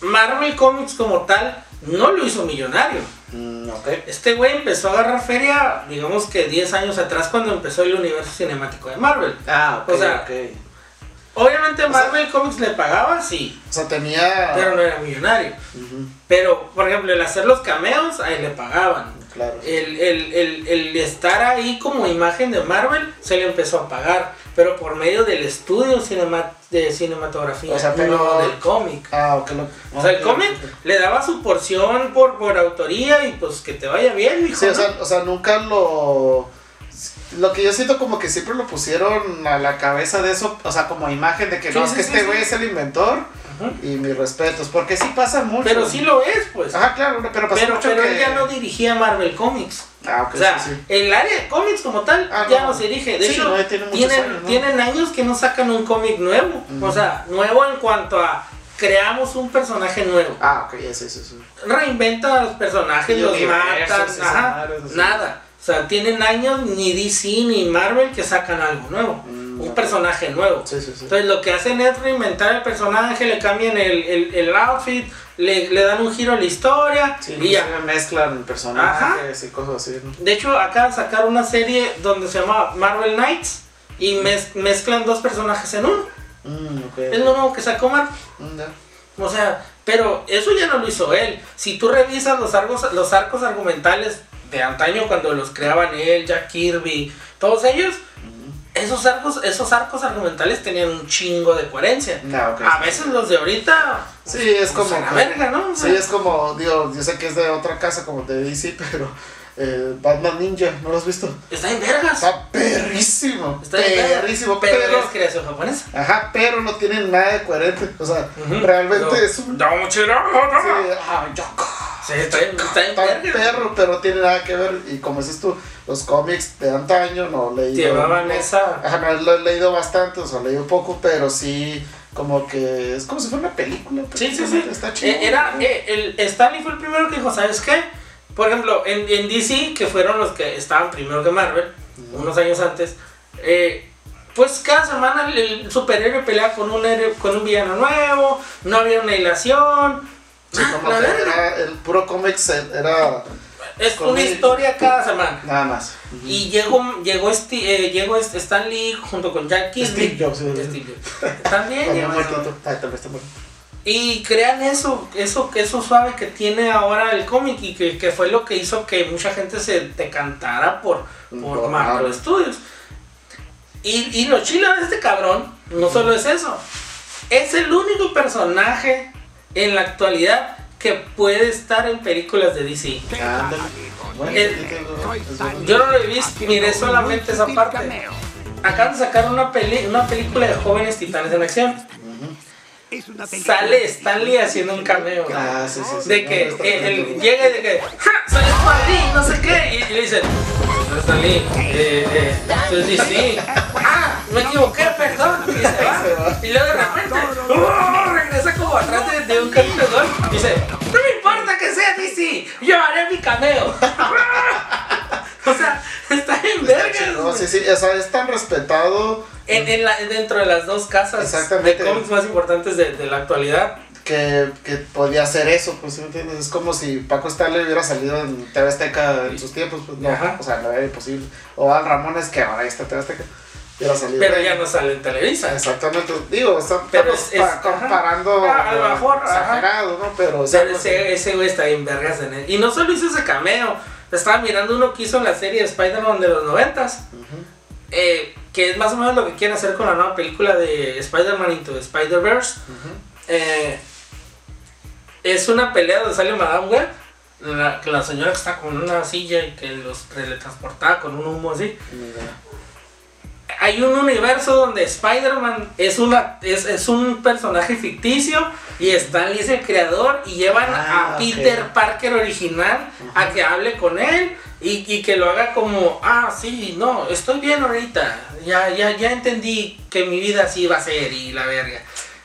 Speaker 3: Marvel Comics como tal no lo hizo millonario.
Speaker 2: Mm, ok.
Speaker 3: Este güey empezó a agarrar feria, digamos que 10 años atrás cuando empezó el universo cinemático de Marvel.
Speaker 2: Ah, ok,
Speaker 3: O sea,
Speaker 2: ok.
Speaker 3: Obviamente
Speaker 2: sea-
Speaker 3: Marvel Comics le pagaba, sí,
Speaker 2: O sea, tenía.
Speaker 3: pero no era millonario.
Speaker 2: Ujú,
Speaker 3: Pero, por ejemplo, el hacer los cameos, ahí le pagaban.
Speaker 2: claro.
Speaker 3: El, el- el- el estar ahí como imagen de Marvel se le empezó a pagar, pero por medio del estudio cinema- de cinematografía,
Speaker 2: O sea, pero-
Speaker 3: no del cómic.
Speaker 2: ah, ok. Lo,
Speaker 3: O sea, el cómic le daba su porción por, por autoría y pues que te vaya bien, hijo.
Speaker 2: Sí, o
Speaker 3: ¿no?
Speaker 2: sea, o sea, nunca lo. Lo que yo siento como que siempre lo pusieron a la cabeza de eso, o sea, como imagen de que
Speaker 3: Sí,
Speaker 2: no,
Speaker 3: sí,
Speaker 2: es que
Speaker 3: sí,
Speaker 2: este
Speaker 3: sí.
Speaker 2: güey es el inventor
Speaker 3: Ajá.
Speaker 2: y mis respetos, porque sí pasa mucho.
Speaker 3: Pero sí lo es, pues.
Speaker 2: Ajá, claro, pero pasa
Speaker 3: Pero,
Speaker 2: mucho
Speaker 3: pero
Speaker 2: que...
Speaker 3: él ya no dirigía Marvel Comics.
Speaker 2: Ah, ok,
Speaker 3: O sea,
Speaker 2: sí, sí.
Speaker 3: el área de cómics como tal
Speaker 2: Ah,
Speaker 3: ya
Speaker 2: no.
Speaker 3: no se dirige. De
Speaker 2: Sí,
Speaker 3: hecho,
Speaker 2: no, ya tiene muchos
Speaker 3: tienen,
Speaker 2: años, ¿no?
Speaker 3: tienen años que no sacan un cómic nuevo.
Speaker 2: Ujú.
Speaker 3: O sea, nuevo en cuanto a creamos un personaje nuevo.
Speaker 2: Ah, ok, ya sí, sí, sí.
Speaker 3: Reinventan a los personajes,
Speaker 2: Y
Speaker 3: los
Speaker 2: universos,
Speaker 3: matan,
Speaker 2: esos
Speaker 3: ajá,
Speaker 2: madres, así.
Speaker 3: nada. O sea, tienen años ni DC ni Marvel que sacan algo nuevo.
Speaker 2: Mm,
Speaker 3: un
Speaker 2: ok.
Speaker 3: personaje nuevo.
Speaker 2: Sí, sí, sí.
Speaker 3: Entonces lo que hacen es reinventar el personaje, le cambian el, el- el outfit, le, le dan un giro a la historia
Speaker 2: Sí, pues,
Speaker 3: y ya.
Speaker 2: inclusive mezclan personajes y cosas así, ¿no?
Speaker 3: De hecho, acaban de sacar una serie donde se llama Marvel Knights y mez- mezclan dos personajes en uno.
Speaker 2: Mm, ok.
Speaker 3: Es lo nuevo que sacó Marvel.
Speaker 2: Mm, ya.
Speaker 3: O sea, pero eso ya no lo hizo él. Si tú revisas los arcos, los arcos argumentales de antaño cuando los creaban él, Jack Kirby, todos ellos, esos arcos, esos arcos argumentales tenían un chingo de coherencia.
Speaker 2: No, Mm, ok.
Speaker 3: A veces los de ahorita.
Speaker 2: Sí, es
Speaker 3: pues,
Speaker 2: como
Speaker 3: a la
Speaker 2: que-
Speaker 3: verga, ¿no? O sea,
Speaker 2: Sí, es como, digo, yo sé que es de otra casa como te dice, [laughs] pero eh, Batman Ninja, ¿no lo has visto?
Speaker 3: Está en vergas.
Speaker 2: Está perrísimo,
Speaker 3: Está en vergas.
Speaker 2: perrísimo,
Speaker 3: Pero es
Speaker 2: pero...
Speaker 3: creación japonesa.
Speaker 2: Ajá, pero no tiene nada de coherente, o sea,
Speaker 3: Ujú.
Speaker 2: realmente
Speaker 3: No.
Speaker 2: es un...
Speaker 3: Da un chero, no,
Speaker 2: sí,
Speaker 3: no.
Speaker 2: ah, yo-
Speaker 3: Sí, está bien, está bien
Speaker 2: Está
Speaker 3: verga.
Speaker 2: perro, pero no tiene nada que ver, y como dices tú, los cómics de antaño no leí...
Speaker 3: Llevaban esa.
Speaker 2: Ajá, no, lo he leído bastante, o sea, leído poco, pero sí, como que es como si fuera una película.
Speaker 3: Sí, sí, sí.
Speaker 2: prácticamente, Está chido.
Speaker 3: Eh, Era, eh, el Stanley fue el primero que dijo, ¿sabes qué? Por ejemplo, en, en DC, que fueron los que estaban primero que Marvel, unos años antes, eh, pues cada semana el, el superhéroe peleaba con un, héroe- con un villano nuevo, no había una hilación.
Speaker 2: Sí,
Speaker 3: Ah,
Speaker 2: como
Speaker 3: la
Speaker 2: que
Speaker 3: verga.
Speaker 2: era el puro cómics era
Speaker 3: Es una
Speaker 2: comedia.
Speaker 3: historia cada semana.
Speaker 2: nada más.
Speaker 3: Y llegó, llegó, este, eh, llegó este Stan Lee junto con Jack Kirby.
Speaker 2: Steve Jobs, eh, sí.
Speaker 3: Steve Jobs. También
Speaker 2: También
Speaker 3: llegó-
Speaker 2: muertito. Ay, también está muerto.
Speaker 3: Y crean eso, eso, eso suave que tiene ahora el cómic y que, que fue lo que hizo que mucha gente se decantara por, por
Speaker 2: Por
Speaker 3: Marvel
Speaker 2: Marvel.
Speaker 3: Studios. Y, y lo chila de este cabrón no solo es eso, es el único personaje en la actualidad que puede estar en películas de DC.
Speaker 2: Ándale. Bueno,
Speaker 3: El-
Speaker 2: yo tengo- es bueno.
Speaker 3: Yo no lo he visto, miré solamente esa parte. Acaban de sacar una, peli- una película de jóvenes titanes en acción. Sale Stanley haciendo un cameo.
Speaker 2: Ah, sí, sí, sí.
Speaker 3: De
Speaker 2: No,
Speaker 3: que
Speaker 2: no está
Speaker 3: eh, él
Speaker 2: bien.
Speaker 3: llega y de que ¡Ja! ¡Soy Stanley! No sé qué. Y, y le dicen, no Stanley, eh, eh, soy DC. ¡Ah! Me equivoqué, perdón. Y
Speaker 2: [laughs]
Speaker 3: se va. Y luego de repente ¡oh! regresa como atrás de, de un contenedor. Y dice, no me importa que sea DC, yo haré mi cameo. [laughs] o sea, está en vergas.
Speaker 2: No,
Speaker 3: güey.
Speaker 2: sí, sí, o sea, es tan respetado
Speaker 3: En, en la- dentro de las dos casas de
Speaker 2: Exactamente.
Speaker 3: cómics más importantes de, de la actualidad.
Speaker 2: que, que podía hacer eso, pues, ¿sí me entiendes? Es como si Paco Stanley hubiera salido en TV Azteca en sus tiempos, pues, no,
Speaker 3: Ajá.
Speaker 2: o sea, no era imposible. O Al Ramones, que ahora está en TV Azteca, hubiera salido.
Speaker 3: Pero ya no sale en Televisa.
Speaker 2: Exactamente, digo, está,
Speaker 3: Pero
Speaker 2: estamos
Speaker 3: es- es-
Speaker 2: pa- comparando
Speaker 3: ajá. Ah, a lo mejor, ajá.
Speaker 2: exagerado, ¿no? Pero, o
Speaker 3: O sea,
Speaker 2: sea,
Speaker 3: ese, ese güey está bien vergas en él. Y no solo hizo ese cameo. Estaba mirando uno que hizo en la serie de Spider-Man de los noventas. eh, que es más o menos lo que quieren hacer con la nueva película de Spider-Man Into the Spider-Verse. Eh, es una pelea donde sale Madame Web. La, que la señora que está con una silla y que los teletransportaba con un humo así. hay un universo donde Spider-Man es, una- es, es un personaje ficticio y Stanley es el creador y llevan
Speaker 2: Ah,
Speaker 3: a
Speaker 2: ok.
Speaker 3: Peter Parker original a que hable con él y, y que lo haga como, ah, sí, no, estoy bien ahorita, ya, ya, ya entendí que mi vida así va a ser y la verga.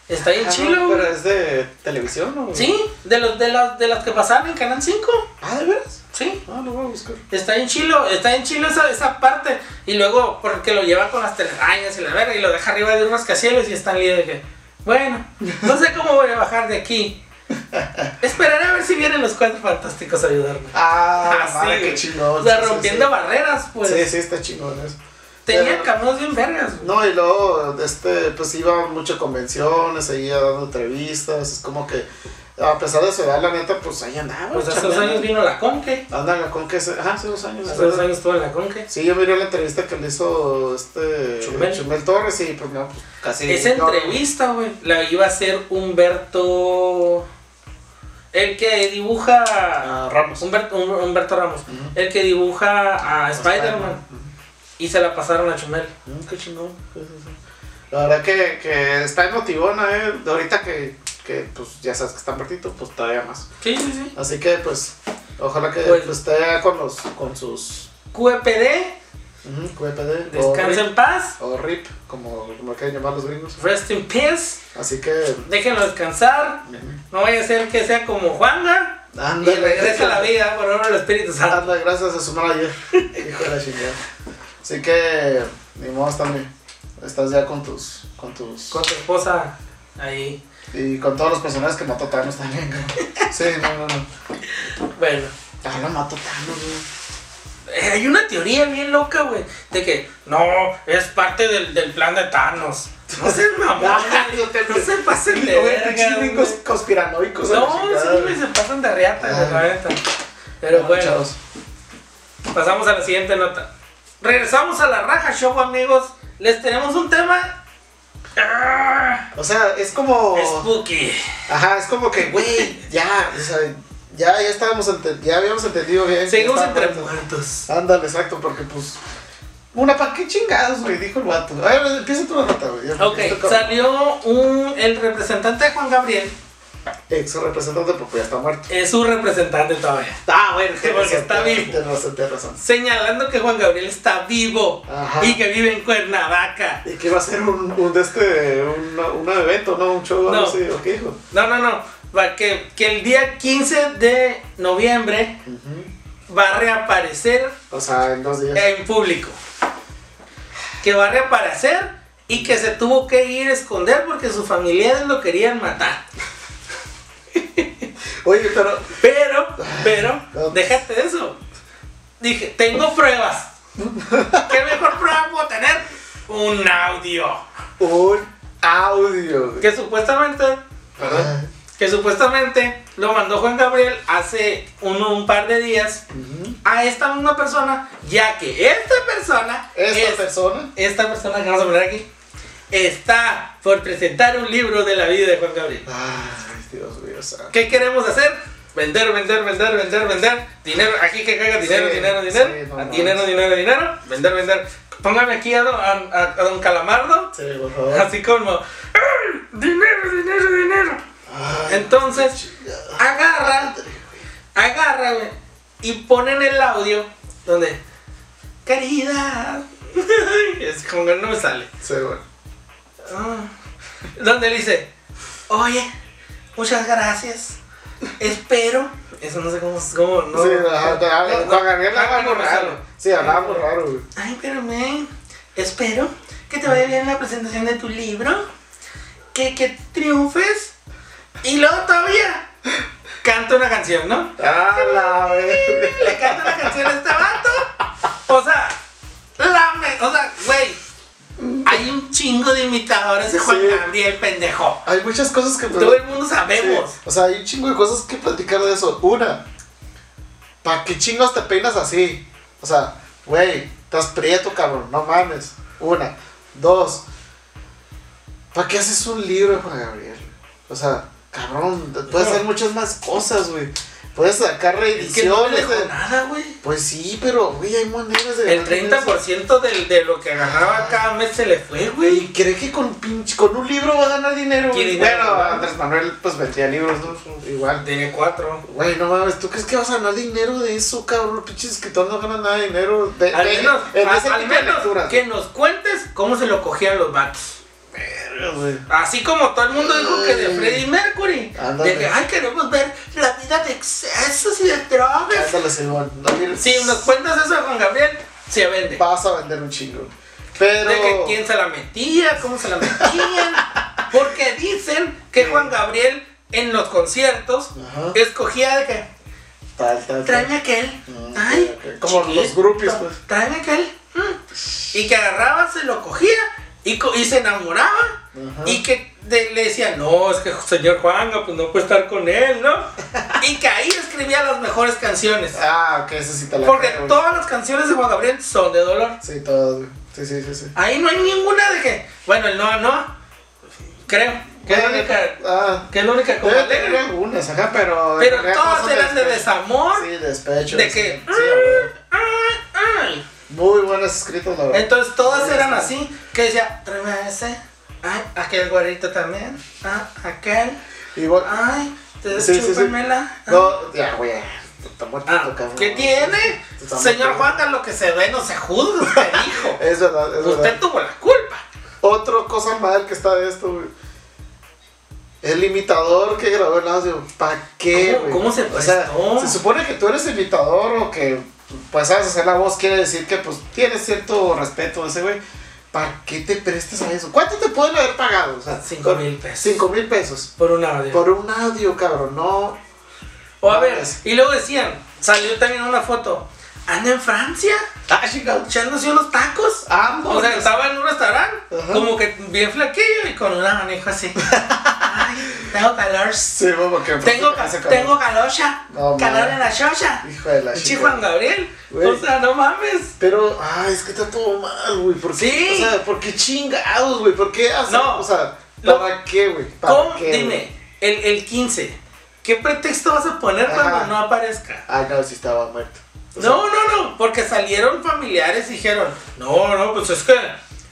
Speaker 3: Está bien
Speaker 2: Ah,
Speaker 3: chilo.
Speaker 2: pero es de televisión, ¿no?
Speaker 3: Sí, de, los, de, las, de las que pasaron en Canal 5,
Speaker 2: Ah, ¿de veras?
Speaker 3: sí.
Speaker 2: Ah, lo voy a buscar.
Speaker 3: Está en chilo, está en chilo esa, esa parte. Y luego, porque lo lleva con las telarañas y la verga, y lo deja arriba de un rascacielos y está líder de que, bueno, no sé cómo voy a bajar de aquí. Esperaré a ver si vienen los cuatro fantásticos a ayudarme.
Speaker 2: Ah,
Speaker 3: Ah, sí,
Speaker 2: madre, qué
Speaker 3: güey.
Speaker 2: chingón.
Speaker 3: O sea,
Speaker 2: sí, sí,
Speaker 3: rompiendo
Speaker 2: sí.
Speaker 3: barreras, pues.
Speaker 2: Sí, sí, está chingón eso.
Speaker 3: Tenía
Speaker 2: Pero-
Speaker 3: caminos bien vergas. güey.
Speaker 2: No, y luego, este, pues iba mucho a convenciones, seguía dando entrevistas, es como que, a pesar de su edad, la neta, pues ahí andaba.
Speaker 3: Pues hace dos
Speaker 2: chambeando.
Speaker 3: años vino la Conque.
Speaker 2: Ándale, con que se... Ajá, hace dos años.
Speaker 3: Hace dos años estuvo en la Conque.
Speaker 2: Sí, yo miré la entrevista que le hizo este
Speaker 3: Chumel.
Speaker 2: Chumel, Torres y pues no, pues, casi.
Speaker 3: Esa
Speaker 2: no,
Speaker 3: entrevista, güey, la iba a hacer Humberto. El que dibuja.
Speaker 2: a Ah, Ramos.
Speaker 3: Humberto, Hum- Humberto Ramos, el que dibuja a Spider-Man.
Speaker 2: Spider-Man.
Speaker 3: y se la pasaron a Chumel.
Speaker 2: Mm, qué chingón. Sí, sí, sí. La verdad que, que está emotivona, eh. De ahorita que, que, pues ya sabes que está muertito, pues todavía más.
Speaker 3: Sí, sí, sí.
Speaker 2: Así que pues, ojalá que
Speaker 3: Pues-
Speaker 2: pues, esté con los con sus
Speaker 3: QPD,
Speaker 2: ujú, QPD,
Speaker 3: E descansa en paz.
Speaker 2: o, RIP, o RIP, como, como quieren llamar los gringos.
Speaker 3: Rest in peace.
Speaker 2: Así que
Speaker 3: Déjenlo descansar. No vaya a ser que sea como Juanga. Y
Speaker 2: ándale.
Speaker 3: regresa a la vida por obra del Espíritu Santo.
Speaker 2: Ándale, gracias a su manager. Hijo de la chingada. Así que ni modo también. Estás ya con tus. con tus.
Speaker 3: Con tu esposa ahí.
Speaker 2: y con todos los personajes que mató Thanos también, güey. Sí, no, no, no.
Speaker 3: Bueno.
Speaker 2: Ah, lo mató Thanos, güey.
Speaker 3: Eh, Hay una teoría bien loca, güey, de que no, es parte del, del plan de Thanos. No se [laughs] mamón, güey. no se pasen de
Speaker 2: Güey,
Speaker 3: verga,
Speaker 2: pinches gringos
Speaker 3: güey.
Speaker 2: conspiranoicos. a la
Speaker 3: No,
Speaker 2: chingada,
Speaker 3: sí,
Speaker 2: güey.
Speaker 3: güey, se pasan de riata,
Speaker 2: Ay.
Speaker 3: la neta. Pero
Speaker 2: Ah. No,
Speaker 3: bueno,
Speaker 2: chavos.
Speaker 3: pasamos a la siguiente nota. Regresamos a la raja show, amigos. Les tenemos un tema. ah,
Speaker 2: O sea, es como.
Speaker 3: Spooky.
Speaker 2: Ajá, es como que, güey, ya. O sea, ya, ya estábamos. ente- ya habíamos entendido bien.
Speaker 3: Seguimos
Speaker 2: Ya estábamos-
Speaker 3: entre muertos.
Speaker 2: Ándale, exacto, porque pues. Una pa' qué chingados, güey, dijo el vato. A ver, empieza tú la nota, güey. ya,
Speaker 3: Ok,
Speaker 2: porque esto acaba.
Speaker 3: salió un, el representante de Juan Gabriel.
Speaker 2: Ex representante, porque ya está muerto.
Speaker 3: Es su representante todavía.
Speaker 2: Ah, bueno,
Speaker 3: porque está vivo.
Speaker 2: Tienes razón, tienes razón.
Speaker 3: Señalando que Juan Gabriel está vivo
Speaker 2: Ajá.
Speaker 3: y que vive en Cuernavaca.
Speaker 2: Y que va a ser un, un de este, un, un evento, ¿no? Un show,
Speaker 3: No.
Speaker 2: algo así, ¿o qué dijo?
Speaker 3: No, no, no. Va, Que, que el día 15 de noviembre va a reaparecer
Speaker 2: O sea, en dos días.
Speaker 3: en público. Que va a reaparecer y que se tuvo que ir a esconder porque sus familiares lo querían matar.
Speaker 2: Oye, pero.
Speaker 3: Pero, pero,
Speaker 2: No.
Speaker 3: déjate de eso. Dije, tengo pruebas. ¿Qué mejor prueba puedo tener? Un audio.
Speaker 2: Un audio, güey.
Speaker 3: Que supuestamente,
Speaker 2: Ah,
Speaker 3: que supuestamente lo mandó Juan Gabriel hace un, un par de días
Speaker 2: ujú.
Speaker 3: a esta misma persona, ya que esta persona
Speaker 2: Esta
Speaker 3: es
Speaker 2: persona.
Speaker 3: Esta persona que vamos a poner aquí está por presentar un libro de la vida de Juan Gabriel.
Speaker 2: Ah, Dios mío, santo.
Speaker 3: ¿Qué queremos hacer? Vender, vender, vender, vender, vender. Dinero, aquí que caiga dinero,
Speaker 2: Sí,
Speaker 3: dinero,
Speaker 2: sí,
Speaker 3: dinero.
Speaker 2: no
Speaker 3: Ah,
Speaker 2: mames.
Speaker 3: dinero, dinero, dinero. Vender, vender. Póngame aquí a, don- a- a- a don Calamardo.
Speaker 2: Sí, por favor.
Speaker 3: Así como, ¡ay! dinero, dinero, dinero.
Speaker 2: Ay,
Speaker 3: Entonces,
Speaker 2: chingada
Speaker 3: agarra,
Speaker 2: madre, güey.
Speaker 3: agarra, güey, y ponen el audio donde, caridad. [laughs] es como que no me sale.
Speaker 2: Sí, güey.
Speaker 3: Ah, Donde le dice, oye, muchas gracias. Espero. Eso no sé cómo. cómo no,
Speaker 2: Sí, ajá, te habla-
Speaker 3: No, no,
Speaker 2: Juan Gabriel hablaba
Speaker 3: no, no,
Speaker 2: muy
Speaker 3: no,
Speaker 2: raro.
Speaker 3: no.
Speaker 2: Sí, hablaba muy raro, güey.
Speaker 3: Ay, pero men, espero que te vaya bien la presentación de tu libro, que, que triunfes y luego todavía canta una canción, ¿no?
Speaker 2: Ah, la verga.
Speaker 3: Le canta una canción a este vato. O sea, la me- o sea, güey, hay un chingo de imitadores de Juan
Speaker 2: Sí.
Speaker 3: Gabriel, pendejo.
Speaker 2: Hay muchas cosas que
Speaker 3: Todo el mundo sabemos.
Speaker 2: Sí, O sea, hay un chingo de cosas que platicar de eso. Una, ¿para qué chingos te peinas así? O sea, güey, estás prieto, cabrón, no mames. Una. Dos, ¿para qué haces un libro, Juan Gabriel? O sea, cabrón, te- puedes hacer muchas más cosas, güey. Puedes sacar
Speaker 3: Es que no
Speaker 2: reediciones.
Speaker 3: le dejó
Speaker 2: de-
Speaker 3: nada, güey.
Speaker 2: Pues sí, pero, güey, hay maneras de.
Speaker 3: El 30% del, de lo que agarraba cada mes se le fue,
Speaker 2: Güey,
Speaker 3: güey.
Speaker 2: ¿cree que con pinche, con un libro va a ganar dinero,
Speaker 3: ¿Qué
Speaker 2: güey?
Speaker 3: dinero,
Speaker 2: Bueno,
Speaker 3: güey?
Speaker 2: Andrés Manuel, pues vendía libros, ¿no? Igual.
Speaker 3: Tiene cuatro.
Speaker 2: Güey, no mames, ¿tú crees que vas a ganar dinero de eso, cabrón? Pinche escritor no gana nada de dinero. De,
Speaker 3: Al
Speaker 2: de-
Speaker 3: menos,
Speaker 2: en
Speaker 3: al,
Speaker 2: ese
Speaker 3: al
Speaker 2: tipo de
Speaker 3: menos
Speaker 2: lecturas.
Speaker 3: que nos cuentes cómo se lo cogían los vatos.
Speaker 2: Verga, güey.
Speaker 3: Así como todo el mundo dijo que de
Speaker 2: Ay.
Speaker 3: Freddie Mercury.
Speaker 2: Ándale.
Speaker 3: De que, ay, queremos ver la vida de excesos y de drogas.
Speaker 2: Ándale, Simón, no mires.
Speaker 3: Si nos cuentas eso de Juan Gabriel, se vende.
Speaker 2: Vas a vender un chingo. Pero.
Speaker 3: De que quién se la metía, cómo se la metían. Porque dicen que Juan Gabriel en los conciertos
Speaker 2: Ajá.
Speaker 3: escogía de que
Speaker 2: Tal, tal, tal.
Speaker 3: Tráeme aquel.
Speaker 2: Mm,
Speaker 3: Ay,
Speaker 2: ok, ok. Como
Speaker 3: chiquito,
Speaker 2: los groupies, pues.
Speaker 3: Tráeme aquel. Mm. Y que agarraba, se lo cogía y, co- y se enamoraba.
Speaker 2: Ajá.
Speaker 3: Y que de- le decía, no, es que señor Juanga, pues no puede estar con él, ¿no?
Speaker 2: [laughs]
Speaker 3: y que ahí escribía las mejores canciones.
Speaker 2: Ah, ok, ese sí te la
Speaker 3: Porque
Speaker 2: creo, güey.
Speaker 3: todas las canciones de Juan Gabriel son de dolor.
Speaker 2: Sí, todas, güey. Sí, sí, sí, sí.
Speaker 3: Ahí no hay ninguna de que, bueno, el no, no. Creo. Que es la
Speaker 2: Güey,
Speaker 3: única,
Speaker 2: Ah.
Speaker 3: que es la única como
Speaker 2: Debe tener
Speaker 3: alegre.
Speaker 2: algunas, ajá, pero.
Speaker 3: Pero
Speaker 2: en realidad
Speaker 3: todas
Speaker 2: son de
Speaker 3: eran de
Speaker 2: despecho.
Speaker 3: desamor.
Speaker 2: Sí, despecho.
Speaker 3: de
Speaker 2: sí.
Speaker 3: que. "Ah".
Speaker 2: Sí, güey.
Speaker 3: "Ay, ay".
Speaker 2: Muy buenas escritos, la verdad.
Speaker 3: Entonces todas eran así, que decía, tráeme a ese, ay, aquel guarito también, ah, aquel,
Speaker 2: Y bueno,
Speaker 3: ay, te
Speaker 2: Sí, sí, sí.
Speaker 3: chúpamela, ah".
Speaker 2: No, ya, güey. Está muerto,
Speaker 3: Ah,
Speaker 2: cabrón.
Speaker 3: ¿Qué tiene?
Speaker 2: Está
Speaker 3: Señor
Speaker 2: muerto.
Speaker 3: Juanga, lo que se ve no se juzga, usted dijo.
Speaker 2: Es verdad, [laughs] es
Speaker 3: usted
Speaker 2: verdad.
Speaker 3: tuvo la culpa.
Speaker 2: Otra cosa mal que está de esto, güey. El imitador que grabó el audio, ¿pa' qué,
Speaker 3: ¿Cómo-
Speaker 2: güey?
Speaker 3: cómo se
Speaker 2: O sea,
Speaker 3: prestó?
Speaker 2: se supone que tú eres imitador o que, pues, sabes hacer la voz, quiere decir que, pues, tienes cierto respeto a ese güey. ¿Para qué te prestas a eso? ¿Cuánto te pueden haber pagado? O sea,
Speaker 3: Cinco
Speaker 2: con-
Speaker 3: mil pesos.
Speaker 2: Cinco mil pesos.
Speaker 3: Por un audio.
Speaker 2: Por un audio, cabrón, no.
Speaker 3: O a
Speaker 2: No,
Speaker 3: ver,
Speaker 2: es-
Speaker 3: y luego decían, salió también una foto, anda en Francia,
Speaker 2: Ah, chingado.
Speaker 3: echándose unos tacos.
Speaker 2: Ambos.
Speaker 3: O sea, estaba en un restaurante,
Speaker 2: Ajá.
Speaker 3: como que bien flaquillo y con una
Speaker 2: [laughs]
Speaker 3: maneja así. Ay, tengo calor.
Speaker 2: Sí, güey, porque.
Speaker 3: Tengo,
Speaker 2: hace calor.
Speaker 3: tengo galocha.
Speaker 2: No,
Speaker 3: calor
Speaker 2: ma.
Speaker 3: en la chocha.
Speaker 2: Hijo de la
Speaker 3: Pinche
Speaker 2: chica.
Speaker 3: Juan Gabriel.
Speaker 2: Güey.
Speaker 3: O sea, no mames.
Speaker 2: Pero, ah, es que está todo mal, güey. ¿Por qué?
Speaker 3: Sí.
Speaker 2: O sea, ¿por qué chingados, güey? ¿Por qué hacer?
Speaker 3: No.
Speaker 2: O sea,
Speaker 3: Lo-
Speaker 2: ¿para qué, güey? ¿Para
Speaker 3: ¿Cómo?
Speaker 2: qué,
Speaker 3: Dime,
Speaker 2: güey?
Speaker 3: el, el 15. ¿Qué pretexto vas a poner
Speaker 2: Ajá.
Speaker 3: cuando no aparezca?
Speaker 2: Ah, no, sí estaba muerto. O sea,
Speaker 3: No, no, no. Porque salieron familiares y dijeron: No, no, pues es que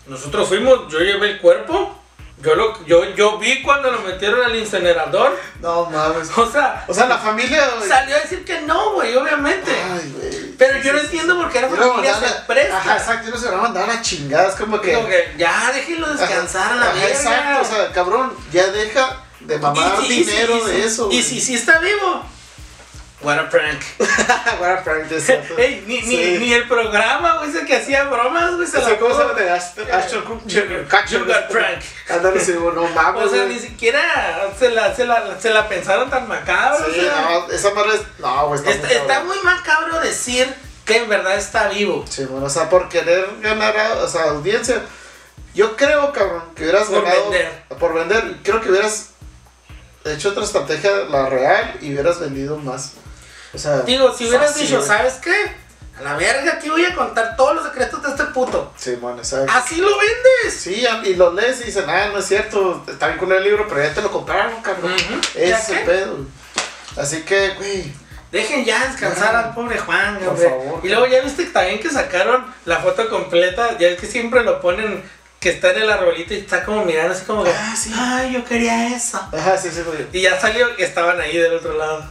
Speaker 3: nosotros fuimos. Yo llevé el cuerpo. Yo, lo, yo, yo vi cuando lo metieron al incinerador. [laughs]
Speaker 2: No mames.
Speaker 3: O sea,
Speaker 2: O sea, la familia, güey.
Speaker 3: salió a decir que no, güey, obviamente.
Speaker 2: Ay, güey.
Speaker 3: Pero yo no entiendo por qué la
Speaker 2: Yo lo
Speaker 3: familia
Speaker 2: mandaba-
Speaker 3: se presta.
Speaker 2: Ajá, exacto. Yo no se van a mandar a chingadas. Como que.
Speaker 3: Como que, ya, déjenlo descansar a la
Speaker 2: Ajá,
Speaker 3: verga.
Speaker 2: Exacto. O sea, cabrón, ya deja de mamar
Speaker 3: Y si- y si-
Speaker 2: dinero
Speaker 3: y si-
Speaker 2: de eso,
Speaker 3: Y
Speaker 2: güey.
Speaker 3: si sí está vivo. What a prank.
Speaker 2: [laughs] What a prank, exacto.
Speaker 3: [laughs] Ey, ni, ni-
Speaker 2: Sí.
Speaker 3: ni el programa, güey, ese que hacía bromas, güey, se
Speaker 2: O
Speaker 3: la
Speaker 2: sea, ¿cómo se
Speaker 3: puso.
Speaker 2: llama? De Ashton Ashton Kutcher.
Speaker 3: You got prank.
Speaker 2: Ándale, sí, güey, no mames.
Speaker 3: [laughs] O sea,
Speaker 2: güey.
Speaker 3: ni siquiera se la, se la, se la pensaron tan macabro.
Speaker 2: Sí,
Speaker 3: o sea,
Speaker 2: no, esa madre es. No, güey, está,
Speaker 3: está,
Speaker 2: muy
Speaker 3: está
Speaker 2: cabrón.
Speaker 3: muy macabro decir que en verdad está vivo.
Speaker 2: Sí, bueno, o sea, por querer ganar a- o sea, audiencia. Yo creo, cabrón, que hubieras
Speaker 3: Por
Speaker 2: ganado.
Speaker 3: vender.
Speaker 2: Por vender. Creo que hubieras hecho otra estrategia, la real, y hubieras vendido más. O sea.
Speaker 3: Digo, si hubieras
Speaker 2: fácil,
Speaker 3: dicho,
Speaker 2: güey.
Speaker 3: ¿sabes qué? A la verga, aquí voy a contar todos los secretos de este puto.
Speaker 2: Simón, exacto.
Speaker 3: Así lo vendes.
Speaker 2: Sí, y lo lees y dicen, ah, no es cierto, está bien con el libro, pero ya te lo compraron, cabrón.
Speaker 3: Ujú, ¿ya
Speaker 2: Ese
Speaker 3: qué?
Speaker 2: pedo. Así que, güey,
Speaker 3: Dejen ya descansar
Speaker 2: Ya.
Speaker 3: al pobre Juan,
Speaker 2: Por
Speaker 3: hombre.
Speaker 2: favor.
Speaker 3: Y luego ya viste también que sacaron la foto completa, ya es que siempre lo ponen que está en el arbolito y está como mirando así como que,
Speaker 2: Ah, sí.
Speaker 3: ay, yo quería eso.
Speaker 2: ajá, sí, sí, güey.
Speaker 3: Y ya salió que estaban ahí del otro lado.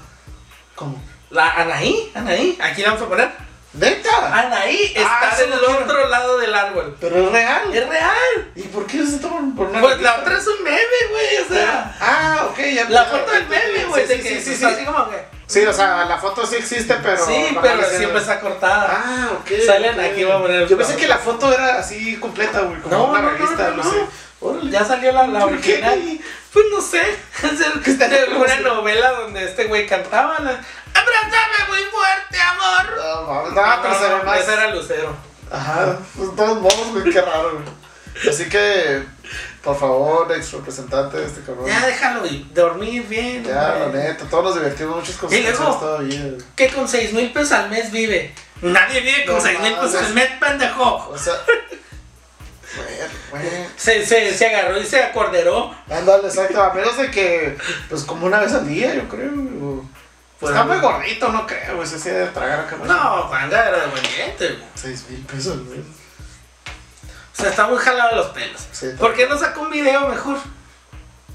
Speaker 2: ¿Cómo?
Speaker 3: La Anaí, Anaí, aquí la vamos a poner.
Speaker 2: ¡Neta!
Speaker 3: Anaí
Speaker 2: Ah,
Speaker 3: está
Speaker 2: eso
Speaker 3: del
Speaker 2: no quiero.
Speaker 3: otro lado del árbol.
Speaker 2: Pero es real.
Speaker 3: Es real.
Speaker 2: ¿Y por qué no se toman por una
Speaker 3: Pues la
Speaker 2: revista?
Speaker 3: otra es un meme, güey, o sea.
Speaker 2: Ah, ok, ya ya,
Speaker 3: La foto
Speaker 2: ya
Speaker 3: del meme, güey.
Speaker 2: Sí,
Speaker 3: de
Speaker 2: sí,
Speaker 3: que
Speaker 2: sí, sí,
Speaker 3: pues,
Speaker 2: sí.
Speaker 3: así como que.
Speaker 2: Sí, o sea, la foto sí existe, pero.
Speaker 3: sí,
Speaker 2: no
Speaker 3: pero
Speaker 2: aparece-
Speaker 3: siempre está cortada.
Speaker 2: Ah, ok.
Speaker 3: Salen
Speaker 2: ok.
Speaker 3: aquí, voy a poner-
Speaker 2: Yo pensé que la foto era así completa, güey, como
Speaker 3: No,
Speaker 2: una
Speaker 3: no, no,
Speaker 2: revista,
Speaker 3: no,
Speaker 2: no,
Speaker 3: no.
Speaker 2: sé. Órale.
Speaker 3: ya salió la, la
Speaker 2: ¿Por qué?
Speaker 3: original. Pues no sé. [laughs] Es el que está en una novela donde este güey cantaba. la- Abrázame muy fuerte, amor.
Speaker 2: No, mames, no, pero se ve más.
Speaker 3: Ese era Lucero.
Speaker 2: Ajá, pues todos modos, güey, qué raro, güey. Así que, por favor, ex representante de este cabrón.
Speaker 3: Ya
Speaker 2: Ya,
Speaker 3: déjalo y dormir bien.
Speaker 2: la
Speaker 3: hombre.
Speaker 2: neta, todos nos divertimos muchos con
Speaker 3: Y luego-
Speaker 2: todavía, güey.
Speaker 3: que con 6 mil pesos al mes vive. Nadie vive con
Speaker 2: No
Speaker 3: 6 mil pesos
Speaker 2: mames.
Speaker 3: al mes, pendejo.
Speaker 2: O sea, güey, güey.
Speaker 3: Se, se, se agarró y se acorderó.
Speaker 2: Ándale, exacto, a menos de que, pues como una vez al día, yo creo. güey, o-
Speaker 3: Pues,
Speaker 2: Está muy
Speaker 3: güey.
Speaker 2: gordito, no creo, güey, se hacía de tragar acá.
Speaker 3: No, Juanga era de buen diente. güey.
Speaker 2: 6 mil pesos, güey.
Speaker 3: O sea, está muy jalado de los pelos.
Speaker 2: Sí, está-
Speaker 3: ¿Por qué no sacó un video mejor?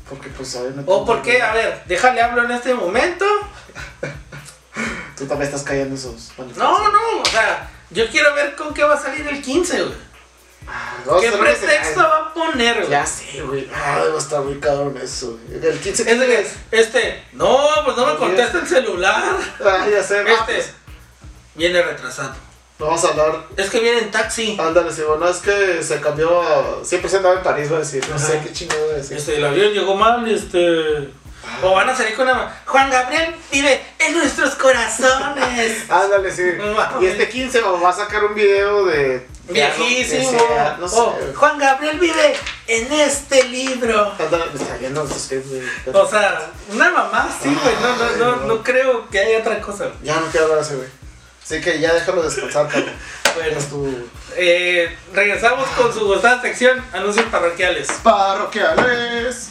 Speaker 2: Porque pues obviamente...
Speaker 3: ¿O por qué? A ver, déjale hablo en este momento.
Speaker 2: Tú también estás cayendo esos...
Speaker 3: No, no, o sea, yo quiero ver con qué va a salir el 15, güey.
Speaker 2: No,
Speaker 3: ¿Qué
Speaker 2: solo que se-
Speaker 3: pretexto
Speaker 2: ay,
Speaker 3: va a poner, güey?
Speaker 2: Ya sé, güey. Ah, va a estar muy cabrón eso, güey. El 15...
Speaker 3: Es de que, este, no, pues no me
Speaker 2: Así
Speaker 3: contesta el celular.
Speaker 2: Ah, ya sé, no,
Speaker 3: Este,
Speaker 2: pues,
Speaker 3: viene retrasado.
Speaker 2: Vamos a hablar...
Speaker 3: Es que viene en taxi.
Speaker 2: Ándale, si bueno, es que se cambió a... Siempre se andaba en París, va a decir. No
Speaker 3: Ajá.
Speaker 2: sé qué chingado va a decir.
Speaker 3: Este, el avión llegó mal, este. O van a salir con la. Juan Gabriel vive en nuestros [laughs] corazones.
Speaker 2: Ándale, sí.
Speaker 3: Mames.
Speaker 2: Y este 15 va va a sacar un video de...
Speaker 3: Viejísimo. Oh.
Speaker 2: Que sea, No sé.
Speaker 3: O, Juan Gabriel vive en este libro.
Speaker 2: Ándale, me está viendo el script, güey.
Speaker 3: O sea, una mamá sí, güey. No, no, no, no creo que haya otra cosa.
Speaker 2: Ya no quiero hablar así, güey. Así que ya déjalo descansar, cabrón.
Speaker 3: Bueno,
Speaker 2: Eres tu...
Speaker 3: eh, regresamos con su gustada sección, anuncios parroquiales.
Speaker 2: parroquiales.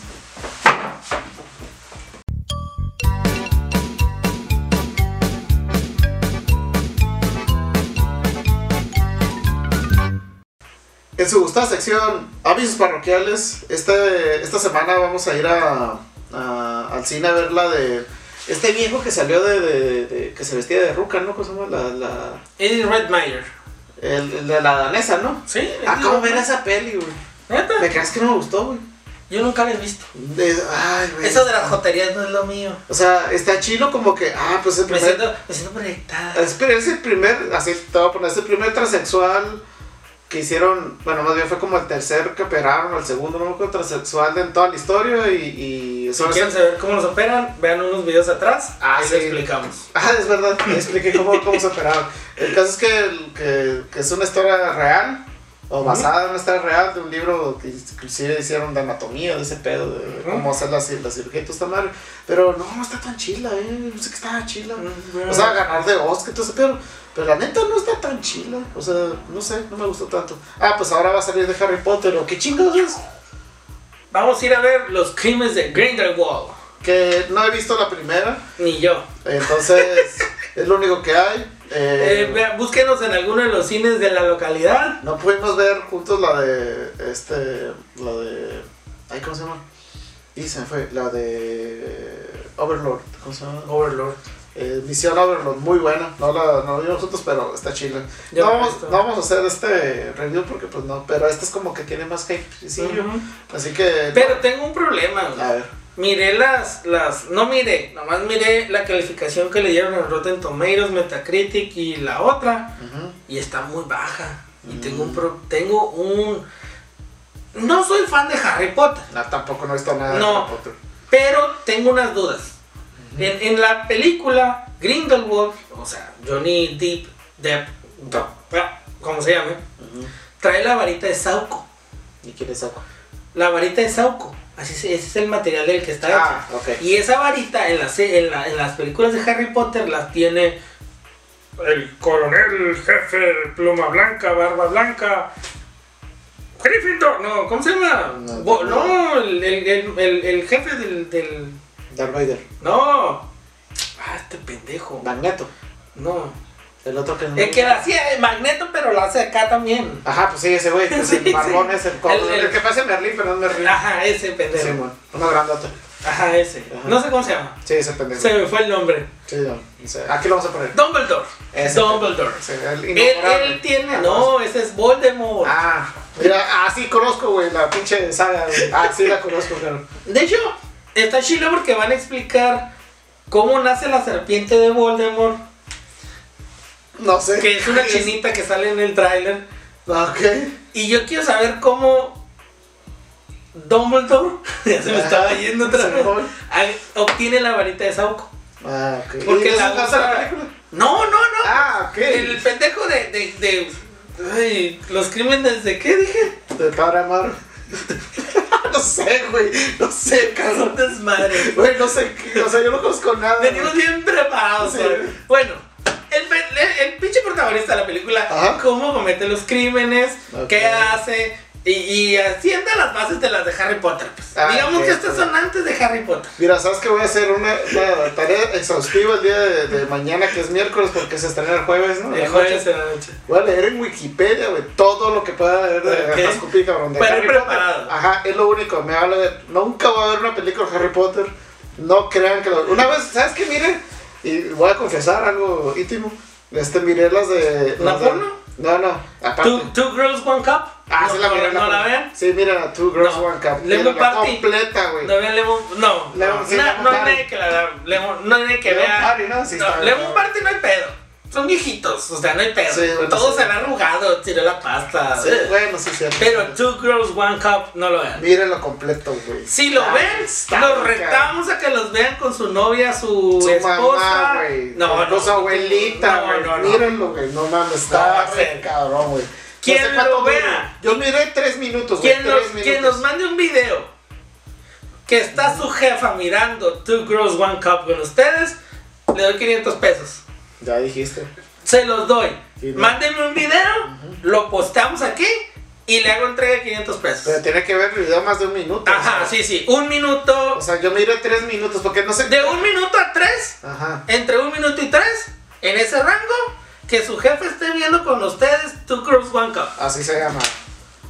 Speaker 2: En su gustada sección, avisos parroquiales, este, esta semana vamos a ir a, a- al cine a ver la de este viejo que salió de, de- de- que se vestía de ruca, ¿no? ¿Cómo se llama? La, la-
Speaker 3: Eddie Redmayer.
Speaker 2: el, el de la danesa, ¿no?
Speaker 3: ¿Sí?
Speaker 2: Ah,
Speaker 3: Eddie
Speaker 2: ¿cómo ver
Speaker 3: Redmayr.
Speaker 2: esa peli, güey?
Speaker 3: ¿Neta?
Speaker 2: Me creas que no me gustó, güey.
Speaker 3: Yo nunca la he visto.
Speaker 2: De- ay, güey.
Speaker 3: Eso de las joterías no es lo mío.
Speaker 2: O sea, está chilo como que, ah, pues el
Speaker 3: Me
Speaker 2: primer.
Speaker 3: siento, me siento proyectada.
Speaker 2: Espera, es el primer, así te voy a poner, es el primer transexual que hicieron, bueno, más bien fue como el tercer que operaron, o el segundo, no me acuerdo, transexual en toda la historia y. y
Speaker 3: Si quieren saber cómo nos operan, vean unos videos atrás.
Speaker 2: Ah,
Speaker 3: ahí
Speaker 2: sí.
Speaker 3: lo explicamos.
Speaker 2: Ah, es verdad, te expliqué cómo, cómo se operaron. El caso es que, el- que, que es una historia real, o basada en una historia real, de un libro que inclusive hicieron de anatomía, de ese pedo, de
Speaker 3: Ujú.
Speaker 2: cómo hacer la, cir- la cirugía y toda esta madre. Pero no, no está tan chila, eh. No sé que está chila. O sea, ganar de Oscar y todo ese pedo. Pero la neta no está tan chila. O sea, no sé, no me gustó tanto. Ah, pues ahora va a salir de Harry Potter, o qué chingados es.
Speaker 3: Vamos a ir a ver los crímenes de Grindelwald.
Speaker 2: Que no he visto la primera,
Speaker 3: Ni yo. [laughs]
Speaker 2: entonces es lo único que hay.
Speaker 3: Eh, vea, búsquenos en alguno de los cines de la localidad.
Speaker 2: No pudimos ver juntos la de. Este. La de. Ay, ¿cómo se llama? Y se me fue. La de. Overlord. ¿Cómo se llama?
Speaker 3: Overlord.
Speaker 2: Eh, Misión Overlord, muy buena. No la, no la vimos juntos, pero está chila.
Speaker 3: Ya
Speaker 2: No
Speaker 3: la he
Speaker 2: vamos,
Speaker 3: visto.
Speaker 2: no vamos a hacer este review porque, pues no. Pero este es como que tiene más hype. sí,
Speaker 3: Ujú.
Speaker 2: Así que.
Speaker 3: Pero tengo un problema. güey.
Speaker 2: A ver.
Speaker 3: Miré las, las, no miré, nomás miré la calificación que le dieron en Rotten Tomatoes, Metacritic y la otra,
Speaker 2: Ujú.
Speaker 3: y está muy baja. Y
Speaker 2: Mm.
Speaker 3: tengo un, pro- tengo un, no soy fan de Harry Potter,
Speaker 2: No, tampoco no está nada. de
Speaker 3: No.
Speaker 2: Harry Potter.
Speaker 3: pero tengo unas dudas. En, en la película Grindelwald, o sea, Johnny Deep, Depp, no, ah, como se llame,
Speaker 2: Ujú.
Speaker 3: trae la varita de Sauco,
Speaker 2: ¿Y quién le saco?
Speaker 3: la varita de Sauco, así es, ese es el material del que está hecho.
Speaker 2: Ah, ok.
Speaker 3: Y esa varita en las, en, la- en las películas de Harry Potter las tiene el coronel jefe Pluma Blanca, Barba Blanca. Gryffindor, no, ¿cómo se llama?
Speaker 2: No,
Speaker 3: Bo-
Speaker 2: no.
Speaker 3: no, el, el, el, el- el jefe del, del.
Speaker 2: Darth Vader.
Speaker 3: No. Ah, este pendejo.
Speaker 2: Magneto.
Speaker 3: No.
Speaker 2: El otro que no.
Speaker 3: Es que la hacía de Magneto, pero la hace acá también.
Speaker 2: Ajá, pues sí, ese
Speaker 3: [laughs]
Speaker 2: güey. pues
Speaker 3: Sí,
Speaker 2: el barbón
Speaker 3: sí.
Speaker 2: es el, co-
Speaker 3: El- el-
Speaker 2: el que pasa en Merlín, pero no es Merlín.
Speaker 3: Ajá, ese
Speaker 2: Sí,
Speaker 3: pendejo.
Speaker 2: güey. Uno grandote.
Speaker 3: Ajá, ese.
Speaker 2: Ajá.
Speaker 3: No sé cómo se llama.
Speaker 2: Sí, ese pendejo.
Speaker 3: Se me fue el nombre.
Speaker 2: Sí, no, no sé. Aquí lo vamos a poner.
Speaker 3: Dumbledore.
Speaker 2: Ese.
Speaker 3: Dumbledore.
Speaker 2: Sí, el
Speaker 3: Él,
Speaker 2: innombrable.
Speaker 3: él tiene.
Speaker 2: Ah,
Speaker 3: No, ese es Voldemort.
Speaker 2: Ah, mira, ah, sí conozco, güey, la pinche saga, güey. Ah, sí la conozco, claro.
Speaker 3: De hecho, está chido porque van a explicar cómo nace la serpiente de Voldemort,
Speaker 2: No sé. Ah,
Speaker 3: que
Speaker 2: [laughs]
Speaker 3: es una chinita que sale en el tráiler.
Speaker 2: Ok.
Speaker 3: Y yo quiero saber cómo Dumbledore, [laughs] ya se me estaba yendo otra vez, a- obtiene la varita de Sauco.
Speaker 2: Ah, ok.
Speaker 3: Porque
Speaker 2: ¿Y esa
Speaker 3: la
Speaker 2: es
Speaker 3: usa-
Speaker 2: otra película?
Speaker 3: No, no, no.
Speaker 2: Ah, ok.
Speaker 3: El pendejo de... de, de- ay, los crímenes de qué dije?
Speaker 2: De padre amar. [laughs] no sé, güey. No sé,
Speaker 3: Es un
Speaker 2: cabrón. [laughs]
Speaker 3: desmadre.
Speaker 2: Güey, no sé. qué- O sea, yo no conozco nada. güey.
Speaker 3: Venimos bien preparados.
Speaker 2: Sí.
Speaker 3: güey. Bueno, el, pe- el- el pinche protagonista de la película,
Speaker 2: Ajá.
Speaker 3: cómo comete los crímenes,
Speaker 2: Ok.
Speaker 3: qué hace, y, y asciende a las bases de las de Harry Potter. pues.
Speaker 2: Ah,
Speaker 3: Digamos
Speaker 2: ok,
Speaker 3: que estas
Speaker 2: ok.
Speaker 3: son antes de Harry Potter.
Speaker 2: Mira, sabes que voy a hacer una, una tarea exhaustiva el día de, de mañana, que es miércoles, porque se estrena el jueves, ¿no?
Speaker 3: El
Speaker 2: La
Speaker 3: jueves
Speaker 2: noche.
Speaker 3: de la noche.
Speaker 2: Voy a leer en Wikipedia, güey, todo lo que pueda leer de
Speaker 3: Ok.
Speaker 2: Gaspar Cupi, cabrón. de
Speaker 3: Pero
Speaker 2: Harry
Speaker 3: preparado.
Speaker 2: Potter. Ajá, es lo único. Me habla de. Nunca voy a ver una película de Harry Potter. No crean que lo. Una vez, ¿sabes qué? Miren, y voy a confesar algo íntimo. Este, miré las de.
Speaker 3: ¿La
Speaker 2: las de-
Speaker 3: porno?
Speaker 2: No, no, aparte.
Speaker 3: Two, Two Girls One Cup.
Speaker 2: Ah,
Speaker 3: no,
Speaker 2: sí la
Speaker 3: no,
Speaker 2: miré.
Speaker 3: no la vean.
Speaker 2: Sí, mira, Two Girls
Speaker 3: No.
Speaker 2: One Cup.
Speaker 3: Lemon
Speaker 2: Mírala
Speaker 3: Party.
Speaker 2: Completa, güey.
Speaker 3: No vean Lemon. No,
Speaker 2: Lemon-
Speaker 3: no,
Speaker 2: sí,
Speaker 3: na-
Speaker 2: Lemon
Speaker 3: no hay
Speaker 2: Party.
Speaker 3: nadie que la vea. Lemon- no hay nadie que
Speaker 2: Lemon
Speaker 3: vea.
Speaker 2: Party, ¿no? Sí, está
Speaker 3: no,
Speaker 2: bien.
Speaker 3: Lemon Party no hay pedo. Son viejitos, o sea, no hay pedo.
Speaker 2: Sí, bueno,
Speaker 3: Todos
Speaker 2: sí.
Speaker 3: se han arrugado, tiró la pasta.
Speaker 2: Sí,
Speaker 3: Eh.
Speaker 2: bueno, sí, sí.
Speaker 3: Pero Two Girls One Cup no lo vean.
Speaker 2: Mírenlo completo, güey.
Speaker 3: Si lo
Speaker 2: Está-
Speaker 3: ven,
Speaker 2: está
Speaker 3: los
Speaker 2: bien,
Speaker 3: retamos a que los vean con su novia, su,
Speaker 2: su
Speaker 3: esposa.
Speaker 2: mamá, güey.
Speaker 3: no, no,
Speaker 2: con su abuelita,
Speaker 3: no,
Speaker 2: güey.
Speaker 3: no, no.
Speaker 2: Mírenlo, güey. No mames, está
Speaker 3: No,
Speaker 2: re
Speaker 3: güey.
Speaker 2: cabrón, güey.
Speaker 3: ¿Quién
Speaker 2: No sé cuánto
Speaker 3: lo
Speaker 2: dure.
Speaker 3: vea?
Speaker 2: Yo miré tres minutos, güey.
Speaker 3: Quien
Speaker 2: Tres
Speaker 3: nos,
Speaker 2: minutos.
Speaker 3: quien nos mande un video que está su jefa mirando Two Girls One Cup con ustedes, le doy 500 pesos.
Speaker 2: Ya dijiste.
Speaker 3: Se los doy.
Speaker 2: Sí, no.
Speaker 3: Mándenme un video, lo posteamos aquí y le hago entrega de 500
Speaker 2: Pero
Speaker 3: pesos.
Speaker 2: tiene que ver el video más de un minuto.
Speaker 3: Ajá,
Speaker 2: o sea.
Speaker 3: sí, sí. Un minuto.
Speaker 2: O sea, yo miré tres minutos porque no sé.
Speaker 3: De un minuto a tres
Speaker 2: Ajá.
Speaker 3: entre un minuto y tres, en ese rango, que su jefe esté viendo con ustedes Two Girls One Cup.
Speaker 2: Así se llama.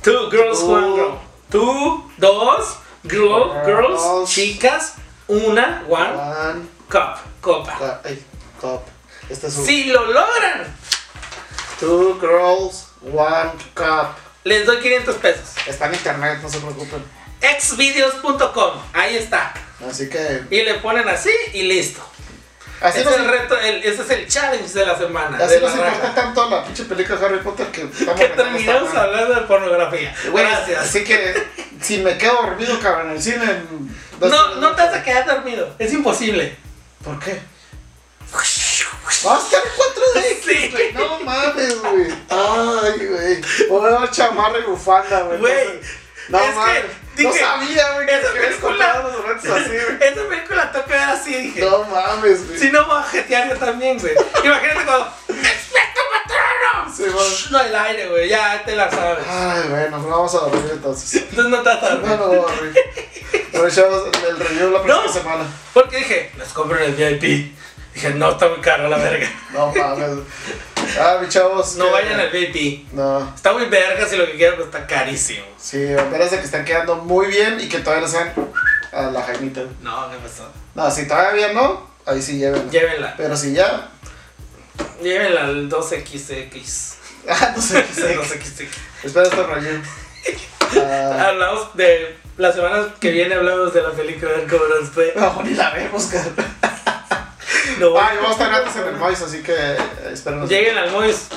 Speaker 3: Two Girls
Speaker 2: Two.
Speaker 3: One Cup. Two, dos, girl, girls,
Speaker 2: Girls. Ah.
Speaker 3: chicas, una, one,
Speaker 2: One
Speaker 3: cup, copa.
Speaker 2: cup. Ay, cup. Este es un.
Speaker 3: Si lo logran,
Speaker 2: Two girls, one cup.
Speaker 3: les doy 500 pesos.
Speaker 2: Está en internet, no se preocupen.
Speaker 3: Exvideos.com, ahí está.
Speaker 2: Así que.
Speaker 3: Y le ponen así y listo.
Speaker 2: Así
Speaker 3: ese,
Speaker 2: nos
Speaker 3: es el reto, el- ese es el challenge de la semana.
Speaker 2: Así
Speaker 3: de la
Speaker 2: nos impacta
Speaker 3: raza.
Speaker 2: tanto la pinche película de Harry Potter que estamos
Speaker 3: [laughs] que
Speaker 2: en esta
Speaker 3: terminamos
Speaker 2: mano.
Speaker 3: hablando de pornografía.
Speaker 2: Güey,
Speaker 3: Gracias.
Speaker 2: Así que si me quedo dormido, cabrón, en el cine.
Speaker 3: No, no te vas a quedar dormido.
Speaker 2: [laughs]
Speaker 3: Es imposible.
Speaker 2: ¿Por qué? Va a estar en 4D.
Speaker 3: Sí.
Speaker 2: güey. No mames, güey. Ay, güey. Voy a dar chamarra y bufanda, güey.
Speaker 3: Güey,
Speaker 2: Entonces, No
Speaker 3: es que
Speaker 2: mames. no
Speaker 3: dije,
Speaker 2: sabía, güey, que
Speaker 3: esa
Speaker 2: habías
Speaker 3: película-
Speaker 2: comprado los boletos así, güey.
Speaker 3: [laughs] [laughs] Esa película toca ver así, dije.
Speaker 2: No mames, güey.
Speaker 3: Si no, voy a jetear yo también, güey. Imagínate cuando. ¡Respeto, patrono!
Speaker 2: Sí, va.
Speaker 3: No el aire, güey. Ya te la sabes.
Speaker 2: Ay, bueno, no vamos a dormir entonces.
Speaker 3: Entonces no te vas
Speaker 2: No,
Speaker 3: a
Speaker 2: no
Speaker 3: dormir.
Speaker 2: voy a dormir. Pero echamos el review la próxima
Speaker 3: No.
Speaker 2: semana.
Speaker 3: Porque dije, les compro en el VIP. Dije, no, está muy caro la verga.
Speaker 2: No mames. Ah, mis chavos.
Speaker 3: No
Speaker 2: que-
Speaker 3: vayan al VIP.
Speaker 2: No.
Speaker 3: Está muy verga si lo que quieran, pero está carísimo.
Speaker 2: Sí, me parece que están quedando muy bien y que todavía le sean a la jaimita.
Speaker 3: No, ¿qué pasó?
Speaker 2: No, si todavía no, ahí sí lleven.
Speaker 3: Llévenla.
Speaker 2: Pero si ya. [laughs]
Speaker 3: Llévenla al [laughs] 12XX.
Speaker 2: Ah, no sé qué sé.
Speaker 3: 12XX.
Speaker 2: Espera este rollo. Ah,
Speaker 3: Hablamos de. La semana que viene hablamos de la película del Cobra Spray.
Speaker 2: no, ni la vemos, cabrón.
Speaker 3: No,
Speaker 2: Ah, yo voy a estar antes en el Mois, así que eh, espérenos.
Speaker 3: Lleguen al Mois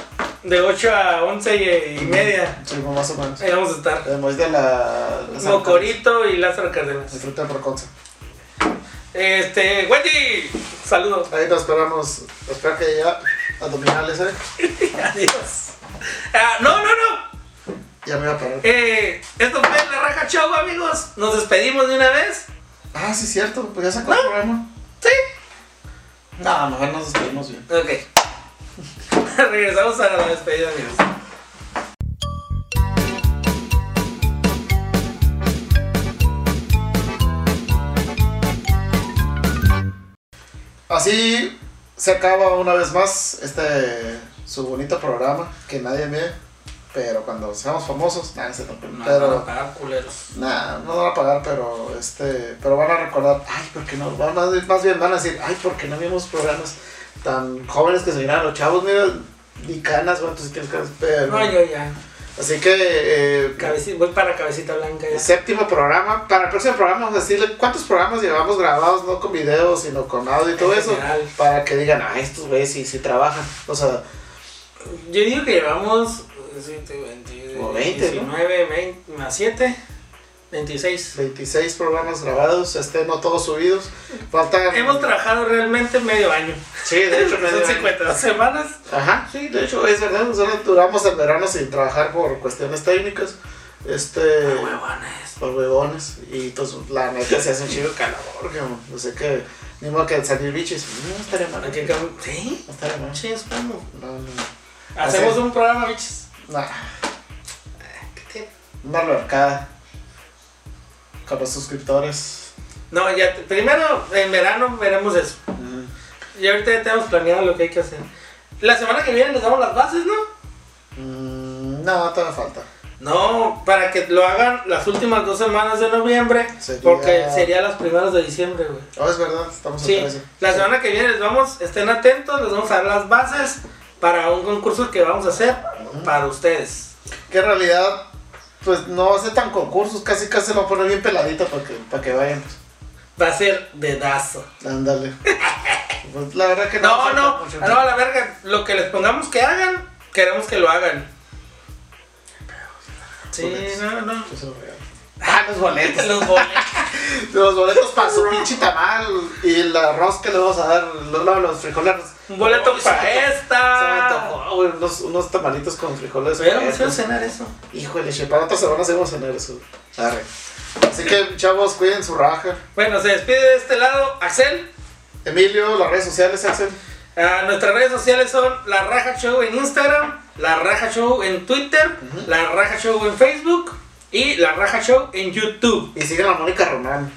Speaker 3: de 8 a 11 y media.
Speaker 2: Sí, más o menos.
Speaker 3: Ahí vamos a estar.
Speaker 2: El Mois de la. la Santa.
Speaker 3: Mocorito y Lázaro
Speaker 2: El
Speaker 3: Cárdenas.
Speaker 2: fruto de Proconza.
Speaker 3: Este, Wendy, saludos.
Speaker 2: Ahí nos esperamos. Espero que ya. Abdominales, eh.
Speaker 3: Adiós. Ah, no, no, no.
Speaker 2: Ya me voy a parar.
Speaker 3: Eh, esto fue la raja show, amigos. Nos despedimos de una vez.
Speaker 2: Ah, sí, cierto. Pues ya sacó el programa.
Speaker 3: Sí.
Speaker 2: No, mejor nos despedimos bien.
Speaker 3: Ok. [laughs] Regresamos a la despedida, amigos.
Speaker 2: Así se acaba una vez más este su bonito programa que nadie ve, pero cuando seamos famosos, nada, se no,
Speaker 3: No,
Speaker 2: pero
Speaker 3: no, para culeros.
Speaker 2: Nah, no van a pagar, pero este, pero van a recordar, ay, porque no, van a- más bien van a decir, ay, porque no vimos programas tan jóvenes que se miran los chavos, mira, ni canas, bueno, tú sí tienes canas, pero-
Speaker 3: No, yo ya.
Speaker 2: así que eh,
Speaker 3: Cabeci- voy para cabecita blanca
Speaker 2: el
Speaker 3: ya.
Speaker 2: séptimo programa, para el próximo programa vamos a decirle cuántos programas llevamos grabados, no con video, sino con audio y todo
Speaker 3: En
Speaker 2: eso,
Speaker 3: general.
Speaker 2: para que digan, ah, estos güeyes sí, sí trabajan, o sea,
Speaker 3: Yo digo que llevamos pues, siete, veinte,
Speaker 2: Como veinte, ¿no?
Speaker 3: 19, 20, más 7, 26.
Speaker 2: 26 programas grabados, este, no todos subidos, faltan,
Speaker 3: Hemos trabajado realmente medio año.
Speaker 2: sí, de hecho, medio
Speaker 3: [laughs] Son
Speaker 2: año.
Speaker 3: 52 semanas.
Speaker 2: Ajá, sí, de hecho es verdad, nosotros duramos el verano sin trabajar por cuestiones técnicas, este,
Speaker 3: Huevones.
Speaker 2: por huevones, y entonces la neta se hace un chido calor, cabrón, no sé qué, ni modo que salir bichis, no estaría mal,
Speaker 3: Hay que
Speaker 2: no
Speaker 3: cam- Sí,
Speaker 2: estaría mal,
Speaker 3: sí, es como.
Speaker 2: no, no,
Speaker 3: Hacemos
Speaker 2: Hacer-
Speaker 3: un programa, bichos.
Speaker 2: nah, una albercada, con los suscriptores,
Speaker 3: No, ya, te- primero en verano veremos eso. Y ahorita ya tenemos planeado lo que hay que hacer. La semana que viene les damos las bases, ¿no?
Speaker 2: Mm, no, todavía falta,
Speaker 3: No, para que lo hagan las últimas dos semanas de noviembre,
Speaker 2: Sería-
Speaker 3: porque sería las primeras de diciembre, güey.
Speaker 2: oh, es verdad, estamos en
Speaker 3: Sí,
Speaker 2: 13.
Speaker 3: la semana que viene les vamos, estén atentos, les vamos a dar las bases para un concurso que vamos a hacer para ustedes.
Speaker 2: que en realidad, pues no hace tan concursos, casi casi lo pone bien peladito para que, para que vayan, pues.
Speaker 3: Va a ser dedazo.
Speaker 2: Ándale. Pues la verdad que
Speaker 3: No,
Speaker 2: me
Speaker 3: no,
Speaker 2: falta
Speaker 3: no,
Speaker 2: mucho.
Speaker 3: a la verga, lo que les pongamos que hagan, queremos que lo hagan. Sí, no, no.
Speaker 2: Pues, eso, real. Ah, los boletos.
Speaker 3: Los boletos.
Speaker 2: [laughs] Los boletos para su pinche tamal y el arroz que le vamos a dar, los, no, los frijoles.
Speaker 3: [laughs] Un boleto
Speaker 2: Uy, se
Speaker 3: para
Speaker 2: me antojó, se me
Speaker 3: esta.
Speaker 2: antojó, güey, unos, unos tamalitos con frijoles.
Speaker 3: Hubiéramos ido a
Speaker 2: frescos.
Speaker 3: cenar eso.
Speaker 2: Híjole, che, para otra semana seguimos en eso. Arre. Así que, chavos, cuiden su raja.
Speaker 3: Bueno, se despide de este lado Axel.
Speaker 2: Emilio, las redes sociales se hacen.
Speaker 3: Ah, nuestras redes sociales son La Raja Show en Instagram, La Raja Show en Twitter, La Raja Show en Facebook y La Raja Show en YouTube.
Speaker 2: Y sigan a Mónica Román.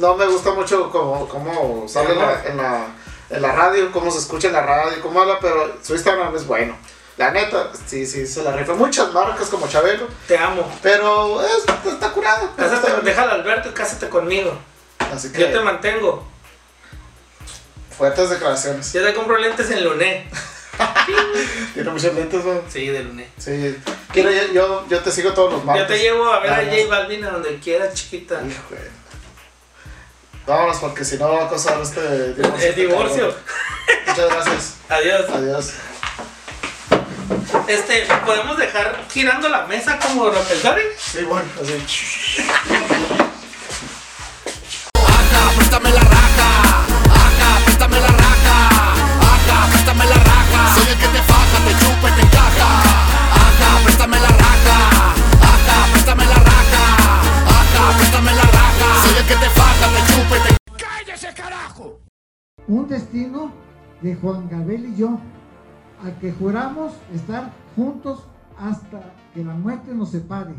Speaker 2: No me gusta mucho cómo, cómo sale en la, en, la, en la radio, cómo se escucha en la radio, cómo habla, pero su Instagram es bueno. La neta, sí, sí, se la rifa. Muchas marcas como Chabelo,
Speaker 3: Te amo.
Speaker 2: pero es- está curado. me gusta
Speaker 3: Cásate,
Speaker 2: verlo.
Speaker 3: déjalo Alberto y cásate conmigo.
Speaker 2: Así
Speaker 3: Yo te
Speaker 2: que,
Speaker 3: mantengo.
Speaker 2: fuertes declaraciones.
Speaker 3: Yo te compro lentes en Luné.
Speaker 2: Tiene muchas lentes, güey.
Speaker 3: Sí, de Luné.
Speaker 2: Sí. Quiero, yo, yo, yo te sigo todos los martes.
Speaker 3: Yo te llevo a ver a
Speaker 2: Nada más.
Speaker 3: J Balvin a donde quieras, chiquita.
Speaker 2: Hijo de- Vámonos, porque si no va a causar este divorcio.
Speaker 3: El divorcio.
Speaker 2: Muchas gracias.
Speaker 3: Adiós.
Speaker 2: Adiós.
Speaker 3: Este, podemos dejar girando la mesa como Rockefeller.
Speaker 2: Sí, bueno, así.
Speaker 4: Acá, préstame la raja. Acá, préstame la raja. Acá, préstame la raja. Soy el que te faja, te chupa y te encaja. Acá, préstame la raja. Acá, préstame la raja. Acá, préstame la raja. Soy el que te faja, te chupa y te
Speaker 5: un destino de Juan Gabriel y yo, al que juramos estar juntos hasta que la muerte nos separe.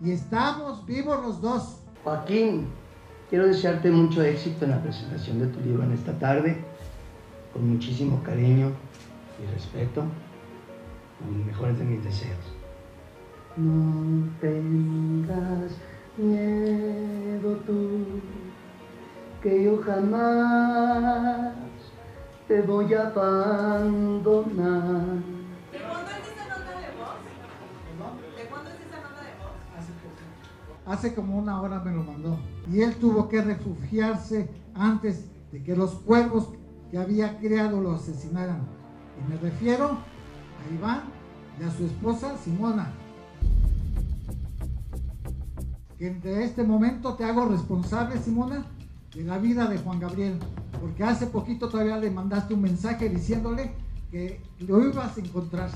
Speaker 5: Y estamos vivos los dos.
Speaker 6: Joaquín, quiero desearte mucho éxito en la presentación de tu libro en esta tarde, con muchísimo cariño y respeto, con los mejores de mis deseos. No tengas miedo tú, que yo jamás te voy a abandonar.
Speaker 7: ¿De cuándo es esa nota de voz? ¿De cuándo es esa nota de voz?
Speaker 5: Hace como una hora me lo mandó. Y él tuvo que refugiarse antes de que los cuervos que había criado lo asesinaran. Y me refiero a Iván y a su esposa Simona. Que de este momento te hago responsable, Simona, de la vida de Juan Gabriel. Porque hace poquito todavía le mandaste un mensaje diciéndole que lo ibas a encontrar.